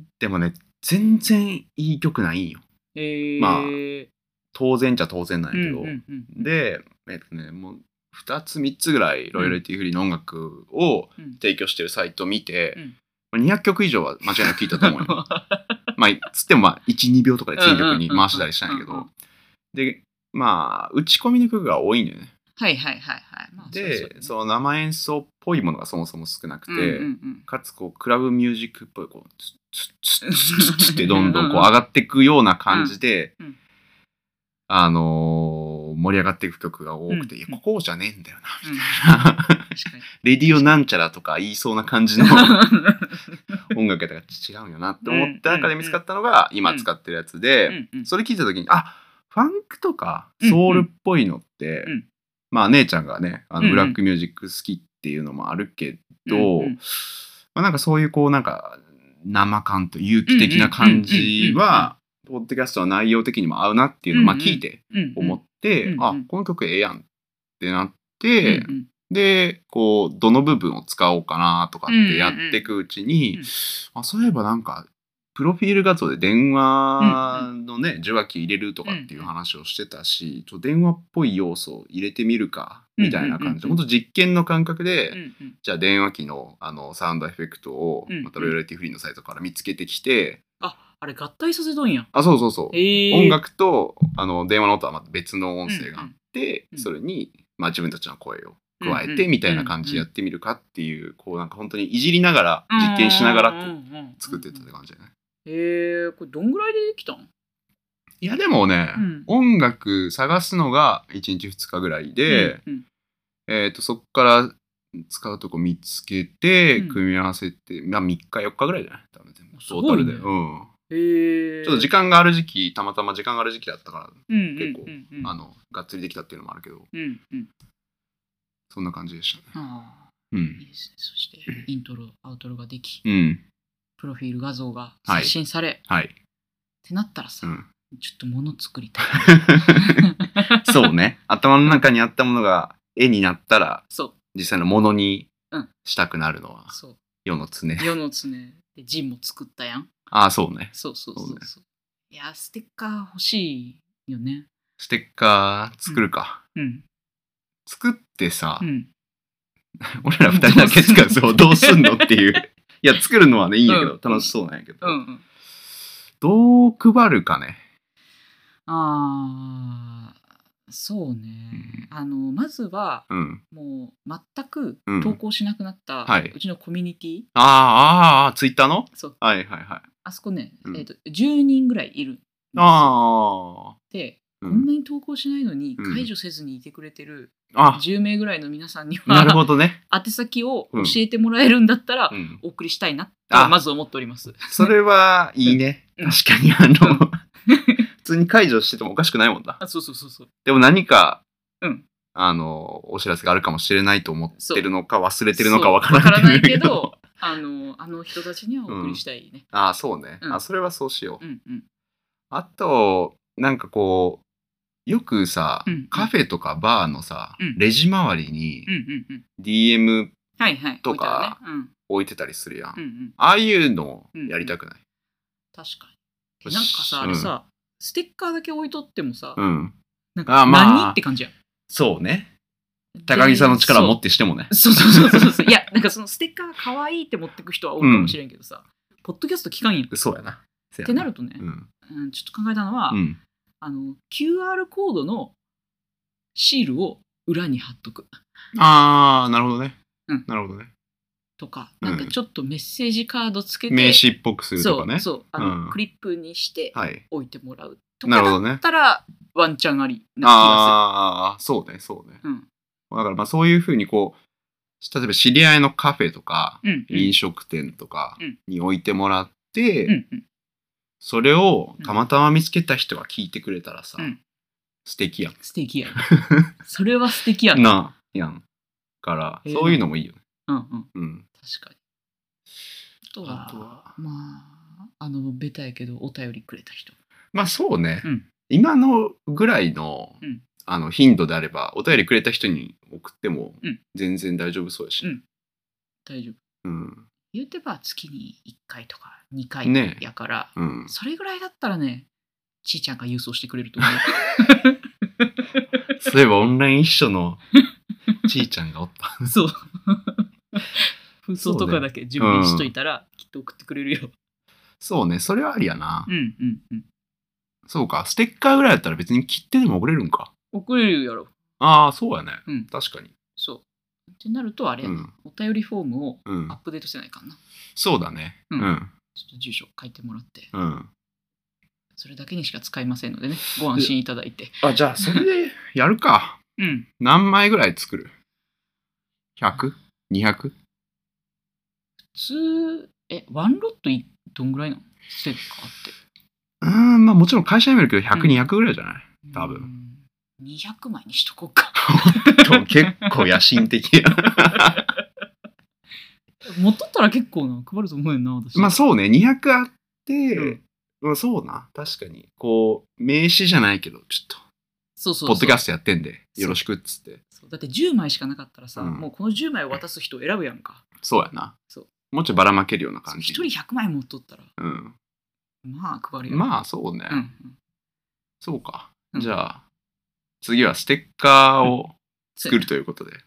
[SPEAKER 1] うん、
[SPEAKER 2] でもね、全然いい曲ないんよ。
[SPEAKER 1] えー、
[SPEAKER 2] まあ
[SPEAKER 1] うん
[SPEAKER 2] 当然じゃ当然なん
[SPEAKER 1] う
[SPEAKER 2] やけど。
[SPEAKER 1] んうん
[SPEAKER 2] で、えっとね、もう2つ3つぐらいロイヤリティフリーの音楽を
[SPEAKER 1] うん
[SPEAKER 2] 提供してるサイト見て、200曲以上は間違いなく聴いたと思うよ。まあ、つってもまあ、1、2秒とかで次の曲に回したりしたんやけ
[SPEAKER 1] うんうんう
[SPEAKER 2] ど
[SPEAKER 1] ん。
[SPEAKER 2] で、まあ、打ち込みの曲が多いのよね。
[SPEAKER 1] はいはいはいはい、まあ、
[SPEAKER 2] で、
[SPEAKER 1] う
[SPEAKER 2] その生演奏っぽいものがそもそも少なくて、
[SPEAKER 1] だよねうんうんうん
[SPEAKER 2] かつこうクラブミュージックっぽいこうツッツッツッツッツッってどんどんこう上がっていくような感じで、
[SPEAKER 1] うんうん
[SPEAKER 2] あのー盛り上がっていく曲が多くて、
[SPEAKER 1] うん
[SPEAKER 2] いやここじゃねえんだよな、
[SPEAKER 1] うん
[SPEAKER 2] みたいな
[SPEAKER 1] 確かに
[SPEAKER 2] レディオなんちゃらとか言いそうな感じの音楽やったから違うよなって思った中で見つかったのが今使ってるやつで、
[SPEAKER 1] うんうん
[SPEAKER 2] それ聞いた時にあファンクとか
[SPEAKER 1] うんうん
[SPEAKER 2] ソウルっぽいのって、
[SPEAKER 1] うん
[SPEAKER 2] まあ姉ちゃんがねあ
[SPEAKER 1] うんうん
[SPEAKER 2] のブラックミュージック好きっていうのもあるけど、
[SPEAKER 1] うんうん
[SPEAKER 2] まあ、なんかそういうこうなんか生感と有機的な感じはポッドキャストの内容的にも合うなっていうのをまあ
[SPEAKER 1] うんうん
[SPEAKER 2] 聞いて
[SPEAKER 1] うんうん
[SPEAKER 2] 思って、
[SPEAKER 1] うんうん
[SPEAKER 2] あこの曲ええやんってなって、
[SPEAKER 1] うんうん
[SPEAKER 2] でこうどの部分を使おうかなとかってやっていくうちに、
[SPEAKER 1] うんうん
[SPEAKER 2] あそういえばなんかプロフィール画像で電話のね、受話器入れるとかっていう話をしてたし、ちょっと電話っぽい要素を入れてみるかみたいな
[SPEAKER 1] うんうん
[SPEAKER 2] 感じで、
[SPEAKER 1] うんうん
[SPEAKER 2] ほんと実験の感覚で、
[SPEAKER 1] うんうん
[SPEAKER 2] じゃあ電話機のあのサウンドエフェクトを
[SPEAKER 1] うん
[SPEAKER 2] またロイヤリティフリーのサイトから見つけてきて、
[SPEAKER 1] ああれ合体させとんや
[SPEAKER 2] あそうそうそう、
[SPEAKER 1] えー
[SPEAKER 2] 音楽とあの電話の音はまた別の音声があって、
[SPEAKER 1] うんうん
[SPEAKER 2] それに、まあ、自分たちの声を
[SPEAKER 1] うんうん
[SPEAKER 2] 加えてみたいな感じでやってみるかっていうこうなんか本当にいじりながら実験しながらって作ってったって感じだね。
[SPEAKER 1] えー、これどんぐらいでできたん
[SPEAKER 2] いやでもね、
[SPEAKER 1] うん
[SPEAKER 2] 音楽探すのが1日2日ぐらいで、
[SPEAKER 1] うん
[SPEAKER 2] えー、とそこから使うとこ見つけて
[SPEAKER 1] うん
[SPEAKER 2] 組み合わせて、まあ、3日4日ぐらいじゃない多分全部
[SPEAKER 1] す
[SPEAKER 2] ト
[SPEAKER 1] ご
[SPEAKER 2] ータ
[SPEAKER 1] い
[SPEAKER 2] ル
[SPEAKER 1] ね
[SPEAKER 2] で、うん、
[SPEAKER 1] えー、
[SPEAKER 2] ちょっと時間がある時期たまたま時間がある時期だったから、
[SPEAKER 1] 結
[SPEAKER 2] 構
[SPEAKER 1] うんうん
[SPEAKER 2] あのがっつりできたっていうのもあるけど
[SPEAKER 1] うんうん
[SPEAKER 2] そんな感じでしたね。
[SPEAKER 1] あ
[SPEAKER 2] う
[SPEAKER 1] ーい
[SPEAKER 2] ん
[SPEAKER 1] いですねそしてイントロアウトロができ
[SPEAKER 2] うん、
[SPEAKER 1] プロフィール画像が
[SPEAKER 2] はい
[SPEAKER 1] 刷新され、っ
[SPEAKER 2] はい、
[SPEAKER 1] てなったらさ、 (laughs)
[SPEAKER 2] うん、
[SPEAKER 1] ちょっと物作
[SPEAKER 2] (laughs)
[SPEAKER 1] りたい
[SPEAKER 2] そうね頭の中にあったものが絵になったら
[SPEAKER 1] そう
[SPEAKER 2] 実際のものに
[SPEAKER 1] うん
[SPEAKER 2] したくなるのは
[SPEAKER 1] そう
[SPEAKER 2] 世の常
[SPEAKER 1] 世の常でジンも作ったやん
[SPEAKER 2] ああそうね
[SPEAKER 1] そうそうそう
[SPEAKER 2] そ
[SPEAKER 1] そう
[SPEAKER 2] うね
[SPEAKER 1] いやステッカー欲しいよね
[SPEAKER 2] ステッカー作るか、
[SPEAKER 1] うん
[SPEAKER 2] 作ってさ、
[SPEAKER 1] うん
[SPEAKER 2] 俺ら二人だけ使
[SPEAKER 1] (laughs)
[SPEAKER 2] うそうどうすんのっていういや作るのはねいいんやけど、
[SPEAKER 1] うん
[SPEAKER 2] 楽しそうなんやけど、
[SPEAKER 1] うんうん
[SPEAKER 2] どう配るかね
[SPEAKER 1] あーそうね、あのまずは
[SPEAKER 2] うん。
[SPEAKER 1] もう全く
[SPEAKER 2] うん
[SPEAKER 1] 投稿しなくなった、
[SPEAKER 2] はいう
[SPEAKER 1] ちのコミュニティ
[SPEAKER 2] ああ、ああ、ツイッターの
[SPEAKER 1] そう
[SPEAKER 2] はいはいはい。
[SPEAKER 1] あそこね、
[SPEAKER 2] うん
[SPEAKER 1] えー、と10人ぐらいいるんですよ
[SPEAKER 2] ああ。
[SPEAKER 1] で
[SPEAKER 2] う
[SPEAKER 1] こん
[SPEAKER 2] ん、
[SPEAKER 1] なに投稿しないのに
[SPEAKER 2] うん
[SPEAKER 1] 解除せずにいてくれてる
[SPEAKER 2] あ、
[SPEAKER 1] 10名ぐらいの皆さんに
[SPEAKER 2] なるほ
[SPEAKER 1] は (laughs)
[SPEAKER 2] どね。
[SPEAKER 1] 宛先を教えてもらえるんだったら
[SPEAKER 2] うん。
[SPEAKER 1] お送りしたいなと
[SPEAKER 2] あ
[SPEAKER 1] まず思っております。
[SPEAKER 2] それはいいね。
[SPEAKER 1] うん
[SPEAKER 2] 確かに、あの、 (laughs) 普通に解除しててもおかしくないもんな。
[SPEAKER 1] あそうそうそうそう
[SPEAKER 2] でも何か、
[SPEAKER 1] うん
[SPEAKER 2] あの、お知らせがあるかもしれないと思ってるのか、忘れ
[SPEAKER 1] そう。
[SPEAKER 2] てるのかわから
[SPEAKER 1] わからな
[SPEAKER 2] ない
[SPEAKER 1] い
[SPEAKER 2] け
[SPEAKER 1] け
[SPEAKER 2] ど
[SPEAKER 1] ど。あのあの人たちにはお送りしたいね。
[SPEAKER 2] (laughs) ああ、そうね。
[SPEAKER 1] うん
[SPEAKER 2] あ、それはそうしよう。
[SPEAKER 1] うんうん
[SPEAKER 2] あと、なんかこう、よくさ、
[SPEAKER 1] うん
[SPEAKER 2] カフェとかバーのさ、
[SPEAKER 1] うん
[SPEAKER 2] レジ周りに
[SPEAKER 1] うんうんうん
[SPEAKER 2] DM
[SPEAKER 1] はいはい。
[SPEAKER 2] とか
[SPEAKER 1] 置いてあるね
[SPEAKER 2] 置いてたりするやん。
[SPEAKER 1] うんうんうん
[SPEAKER 2] ああいうのやりたくない、
[SPEAKER 1] 確かに。なんかさあれさ、ステッカーだけ置いとってもさ、
[SPEAKER 2] うん。
[SPEAKER 1] なん
[SPEAKER 2] あ
[SPEAKER 1] か
[SPEAKER 2] まあ
[SPEAKER 1] 何って感じやん。
[SPEAKER 2] そうね。高木さんの力を持ってしてもね。
[SPEAKER 1] そうそうそうそうそう。いや、なんかそのステッカー可愛いって持ってく人は多いかもしれんけどさ、ポッドキャスト聞かんやん。っ
[SPEAKER 2] そうやな。って
[SPEAKER 1] なるとね
[SPEAKER 2] う、ん。
[SPEAKER 1] うん、ちょっと考えたのは、
[SPEAKER 2] うん。
[SPEAKER 1] あの、QR コードのシールを裏に貼っとく
[SPEAKER 2] あー、なるほどね。
[SPEAKER 1] うん
[SPEAKER 2] なるほどね。
[SPEAKER 1] とか、
[SPEAKER 2] うん
[SPEAKER 1] なんかちょっとメッセージカードつけて、
[SPEAKER 2] 名刺っぽくすると
[SPEAKER 1] そ
[SPEAKER 2] かね。
[SPEAKER 1] う、そう、あの、
[SPEAKER 2] うん
[SPEAKER 1] クリップにして
[SPEAKER 2] はい。
[SPEAKER 1] 置いてもらうと
[SPEAKER 2] な
[SPEAKER 1] か
[SPEAKER 2] るほど
[SPEAKER 1] だ
[SPEAKER 2] ね
[SPEAKER 1] っ。たら、ワンチャンありな気が
[SPEAKER 2] あー、そうね、そうね。
[SPEAKER 1] する。うん。
[SPEAKER 2] だからまあそういうふうにこう、例えば知り合いのカフェとか、
[SPEAKER 1] うん、うん。
[SPEAKER 2] 飲食店とか
[SPEAKER 1] うん
[SPEAKER 2] に置いてもらって、
[SPEAKER 1] うんうん
[SPEAKER 2] それをたまたま見つけた人が聞いてくれたらさ、
[SPEAKER 1] うん
[SPEAKER 2] 素敵やん。
[SPEAKER 1] 素敵や。それは素敵や。
[SPEAKER 2] なあ、やん。から、
[SPEAKER 1] えー
[SPEAKER 2] そういうのもいいよね。
[SPEAKER 1] うんうん。
[SPEAKER 2] うん。
[SPEAKER 1] 確かに。あとは、
[SPEAKER 2] あとは
[SPEAKER 1] まあ、あの、ベタやけど、お便りくれた人。
[SPEAKER 2] まあそうね。
[SPEAKER 1] うん
[SPEAKER 2] 今のぐらいの、
[SPEAKER 1] うん
[SPEAKER 2] あの頻度であれば、お便りくれた人に送っても
[SPEAKER 1] うん
[SPEAKER 2] 全然大丈夫そうやし。
[SPEAKER 1] 大丈夫。
[SPEAKER 2] うん。
[SPEAKER 1] 言うてば、月に1回とか2回
[SPEAKER 2] ね
[SPEAKER 1] やから、
[SPEAKER 2] うん。
[SPEAKER 1] それぐらいだったらね、ちーちゃんが郵送してくれると思う。
[SPEAKER 2] そういえばオンライン秘書の (laughs) ちいちゃんがおっ
[SPEAKER 1] (laughs)
[SPEAKER 2] た。
[SPEAKER 1] そう。封筒とかだけ準備しといたら、きっと送ってくれるよ。
[SPEAKER 2] そうね、それはありやな。
[SPEAKER 1] うんうんうん。
[SPEAKER 2] そうか、ステッカーぐらいだったら別に切ってでも送れるんか。
[SPEAKER 1] 送れるやろ。
[SPEAKER 2] ああ、そうやね。
[SPEAKER 1] うん
[SPEAKER 2] 確かに。
[SPEAKER 1] そう。ってなると、あれやね、
[SPEAKER 2] うん
[SPEAKER 1] お便りフォームを
[SPEAKER 2] うん
[SPEAKER 1] アッ。プデートせないかんな。
[SPEAKER 2] そうだね。う
[SPEAKER 1] うん
[SPEAKER 2] ん。
[SPEAKER 1] ちょっと住所書いてもらって、
[SPEAKER 2] うん。
[SPEAKER 1] それだけにしか使いませんのでね、ご安心いただいて。
[SPEAKER 2] あ、 (laughs) じゃあ、それでやるか。
[SPEAKER 1] うん。
[SPEAKER 2] 何枚ぐらい作る ?100?200?
[SPEAKER 1] 普通、え、ワンロットいどんぐらいなのステッカーって。
[SPEAKER 2] うーん、まあもちろん会社にもよるけど、100、
[SPEAKER 1] うん
[SPEAKER 2] 200ぐらいじゃない多分
[SPEAKER 1] 分。200枚にしとこうか。 (laughs)
[SPEAKER 2] 今日 (laughs) 結構野心的 (laughs) や。
[SPEAKER 1] 持っとったら結構な、配ると思うよな、私。
[SPEAKER 2] まあそうね、200あって、
[SPEAKER 1] うん
[SPEAKER 2] まあそうな、確かに。こう、名刺じゃないけど、ちょっ
[SPEAKER 1] そうそ
[SPEAKER 2] と、
[SPEAKER 1] うそう
[SPEAKER 2] ポッドキャストやってんで、よろしくっつって。
[SPEAKER 1] そうだって10枚しかなかったらさ、
[SPEAKER 2] うん
[SPEAKER 1] もうこの10枚を渡す人を選ぶやんか。
[SPEAKER 2] そうやな。
[SPEAKER 1] そう
[SPEAKER 2] もうちょいばらまけるような
[SPEAKER 1] そう
[SPEAKER 2] 感
[SPEAKER 1] 一
[SPEAKER 2] じ。
[SPEAKER 1] 人100枚持っとったら、
[SPEAKER 2] うん。
[SPEAKER 1] まあ配るよ。
[SPEAKER 2] まあそうね。
[SPEAKER 1] あうんうん。
[SPEAKER 2] そうか。
[SPEAKER 1] うん
[SPEAKER 2] じゃあ、次はステッカーを
[SPEAKER 1] そう
[SPEAKER 2] 作
[SPEAKER 1] や
[SPEAKER 2] る
[SPEAKER 1] な
[SPEAKER 2] ということで。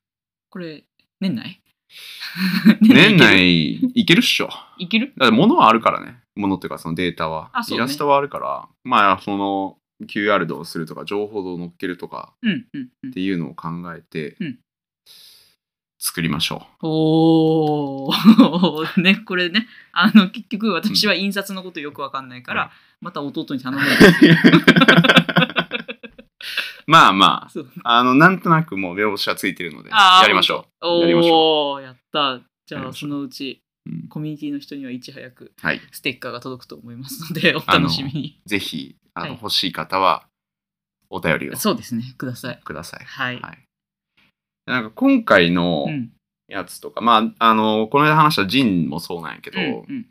[SPEAKER 1] これ、年内
[SPEAKER 2] (laughs) 年
[SPEAKER 1] いける
[SPEAKER 2] 内いけるっしょ。
[SPEAKER 1] (laughs) いける
[SPEAKER 2] だって物はあるからね。物っていうかそのデータは。
[SPEAKER 1] あそう
[SPEAKER 2] イ
[SPEAKER 1] ね
[SPEAKER 2] ラストはあるから、まあその QR どうするとか、情報どう乗っけるとか
[SPEAKER 1] うんうんうん
[SPEAKER 2] って。いうのを考えて
[SPEAKER 1] うん、
[SPEAKER 2] 作りま
[SPEAKER 1] (laughs)
[SPEAKER 2] しょ
[SPEAKER 1] おー (laughs) ね、これね、あの、結局私は印刷のことよくわかんないから、
[SPEAKER 2] うん
[SPEAKER 1] また弟に頼むん
[SPEAKER 2] (laughs)
[SPEAKER 1] です
[SPEAKER 2] う。まあま
[SPEAKER 1] そう
[SPEAKER 2] あ、あの、なんとなくもう描写はついてるので、
[SPEAKER 1] あー
[SPEAKER 2] やりましょう。やりましょ
[SPEAKER 1] おー、やった。じ
[SPEAKER 2] や
[SPEAKER 1] ゃ
[SPEAKER 2] りま
[SPEAKER 1] あ、
[SPEAKER 2] しょ
[SPEAKER 1] そのうち、
[SPEAKER 2] う。うん
[SPEAKER 1] コミュニティの人にはいち早く
[SPEAKER 2] はい。
[SPEAKER 1] ステッカーが届くと思いますので、お楽しみ
[SPEAKER 2] (laughs)
[SPEAKER 1] に。
[SPEAKER 2] ぜひ、あ
[SPEAKER 1] は
[SPEAKER 2] の、
[SPEAKER 1] い
[SPEAKER 2] 欲しい方は、お便りを
[SPEAKER 1] そうですね、ください。
[SPEAKER 2] ください。
[SPEAKER 1] はい。
[SPEAKER 2] はい。なんか今回の
[SPEAKER 1] うん。
[SPEAKER 2] やつとか、まあ、あの、この間話したジンもそうなんやけど、
[SPEAKER 1] うん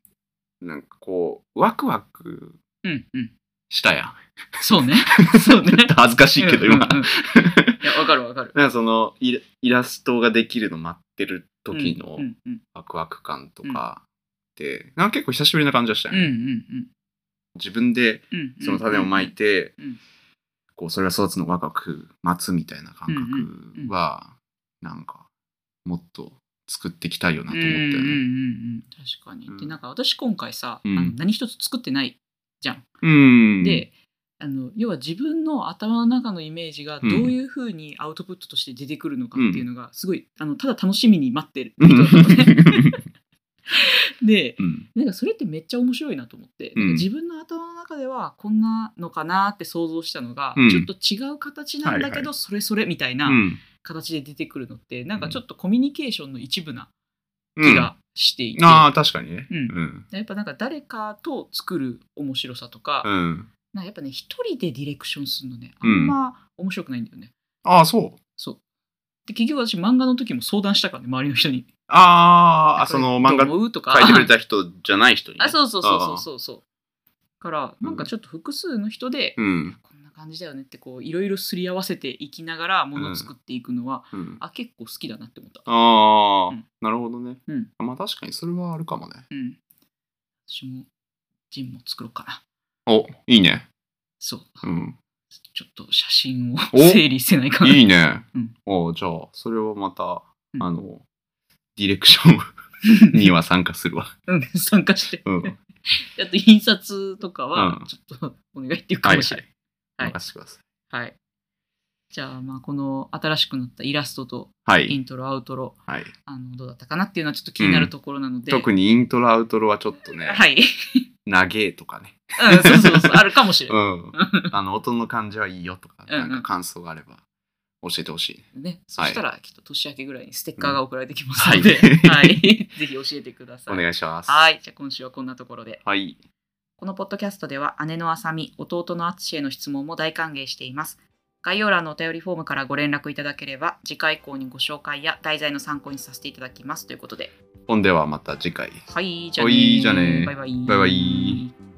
[SPEAKER 1] うん。
[SPEAKER 2] なんかこう、ワクワク
[SPEAKER 1] うん。うん。
[SPEAKER 2] したやん。
[SPEAKER 1] そう
[SPEAKER 2] (laughs)
[SPEAKER 1] ね。そうね
[SPEAKER 2] ちょっと恥ずかしいけど、今。
[SPEAKER 1] うんうんいや、わかるわかる。
[SPEAKER 2] なんかそのイラ、イラストができるの待ってる時の
[SPEAKER 1] うんうん
[SPEAKER 2] ワクワク感とかって、なんか結構久しぶりな感じがしたよ
[SPEAKER 1] うん。う
[SPEAKER 2] ね
[SPEAKER 1] んうん
[SPEAKER 2] 自分で
[SPEAKER 1] うんうん。
[SPEAKER 2] その種をまいて、
[SPEAKER 1] うん
[SPEAKER 2] こうそれが育つのをワクワク待つみたいな感覚は、なんかもっと作っていきたいよなと思ったよ
[SPEAKER 1] うんうんうん
[SPEAKER 2] ね。
[SPEAKER 1] うん、確かに、
[SPEAKER 2] うん
[SPEAKER 1] でなんか私今回さ、
[SPEAKER 2] うん
[SPEAKER 1] あの何一つ作ってないじゃん、
[SPEAKER 2] うん。
[SPEAKER 1] であの要は自分の頭の中のイメージがどういうふうにアウトプットとして出てくるのかっていうのがすごい、あのただ楽しみに待ってる
[SPEAKER 2] う
[SPEAKER 1] 人だったのね (laughs)
[SPEAKER 2] ん
[SPEAKER 1] で
[SPEAKER 2] うん
[SPEAKER 1] なんかそれってめっちゃ面白いなと思って、
[SPEAKER 2] うん
[SPEAKER 1] 自分の頭の中ではこんなのかなって想像したのが、
[SPEAKER 2] うん
[SPEAKER 1] ちょっと違う形なんだけど、
[SPEAKER 2] はいは
[SPEAKER 1] それそれみたいうなん形で出てくるのってなんかちょっとコミュニケーションの一部な
[SPEAKER 2] う
[SPEAKER 1] 気
[SPEAKER 2] ん
[SPEAKER 1] がしていて、
[SPEAKER 2] ああ、確かにね。
[SPEAKER 1] う
[SPEAKER 2] うんん。
[SPEAKER 1] やっぱなんか誰かと作る面白さとか,、
[SPEAKER 2] うん。
[SPEAKER 1] なんかやっぱね一人でディレクションするのねあ
[SPEAKER 2] うん
[SPEAKER 1] んま面白くないんだよね。
[SPEAKER 2] ああ、そう。
[SPEAKER 1] そうで結局私漫画の時も相談したからね周りの人に。
[SPEAKER 2] ああ、その漫
[SPEAKER 1] ど
[SPEAKER 2] 画
[SPEAKER 1] う思うとか
[SPEAKER 2] 書いてくれた人じゃない人にね。
[SPEAKER 1] あそうそうそうそうそうそう。からなんかちょっと複数の人で、
[SPEAKER 2] うん。
[SPEAKER 1] こんな感じだよねってこういろいろすり合わせていきながらものを作っていくのは、
[SPEAKER 2] うん
[SPEAKER 1] あ結構好きだなって思った。
[SPEAKER 2] あ
[SPEAKER 1] う
[SPEAKER 2] あ
[SPEAKER 1] ん、
[SPEAKER 2] なるほどね
[SPEAKER 1] うん。
[SPEAKER 2] まあ確かにそれはあるかもね。
[SPEAKER 1] うん。私もジンも作ろうかな。
[SPEAKER 2] お、いいね。
[SPEAKER 1] そう。
[SPEAKER 2] うん。
[SPEAKER 1] ちょっと写真を
[SPEAKER 2] お
[SPEAKER 1] 整理せないかな。
[SPEAKER 2] いいね
[SPEAKER 1] うん。
[SPEAKER 2] おじゃあ、それはまた、
[SPEAKER 1] うん
[SPEAKER 2] あの、ディレクションには参加す
[SPEAKER 1] (laughs)
[SPEAKER 2] るわ。
[SPEAKER 1] (laughs) うん参加して。
[SPEAKER 2] うん。はい
[SPEAKER 1] あと印刷とかは
[SPEAKER 2] うん
[SPEAKER 1] ちょっとお願いっていう
[SPEAKER 2] は
[SPEAKER 1] か
[SPEAKER 2] い
[SPEAKER 1] もしれない。。はい
[SPEAKER 2] 任せてください。
[SPEAKER 1] はい。じゃあまあこの新しくなったイラストと
[SPEAKER 2] は
[SPEAKER 1] イ
[SPEAKER 2] い。
[SPEAKER 1] ントロアウトロ
[SPEAKER 2] はい。
[SPEAKER 1] あのどうだったかなっていうのはちょっと気になるところなので。
[SPEAKER 2] 特にイントロアウトロはちょっとね、
[SPEAKER 1] はい。
[SPEAKER 2] 長えとかね。
[SPEAKER 1] うんそうそうそうあるかもしれ
[SPEAKER 2] う
[SPEAKER 1] ない。 (laughs)
[SPEAKER 2] ん。あの、音の感じはいいよとか、
[SPEAKER 1] うんう
[SPEAKER 2] なんんか感想があれば教えてほしいね。
[SPEAKER 1] ね、そ
[SPEAKER 2] (laughs) はい
[SPEAKER 1] したらきっと年明けぐらいにステッカーが送られてきますので、
[SPEAKER 2] うん
[SPEAKER 1] (laughs) は
[SPEAKER 2] はいい
[SPEAKER 1] ぜひ教えてくださ
[SPEAKER 2] お
[SPEAKER 1] い。
[SPEAKER 2] 願いします。
[SPEAKER 1] はい、じゃあ今週はこんなところで。
[SPEAKER 2] はい。
[SPEAKER 4] このポッドキャストでは姉のあさみ、弟のあつしへの質問も大歓迎しています。概要欄のお便りフォームからご連絡いただければ、次回以降にご紹介や題材の参考にさせていただきますということで。
[SPEAKER 2] ほんではまた次回。
[SPEAKER 4] はい、じゃあ
[SPEAKER 2] お
[SPEAKER 4] ね
[SPEAKER 2] いじゃあね
[SPEAKER 4] バイバイ。
[SPEAKER 2] バイバイ。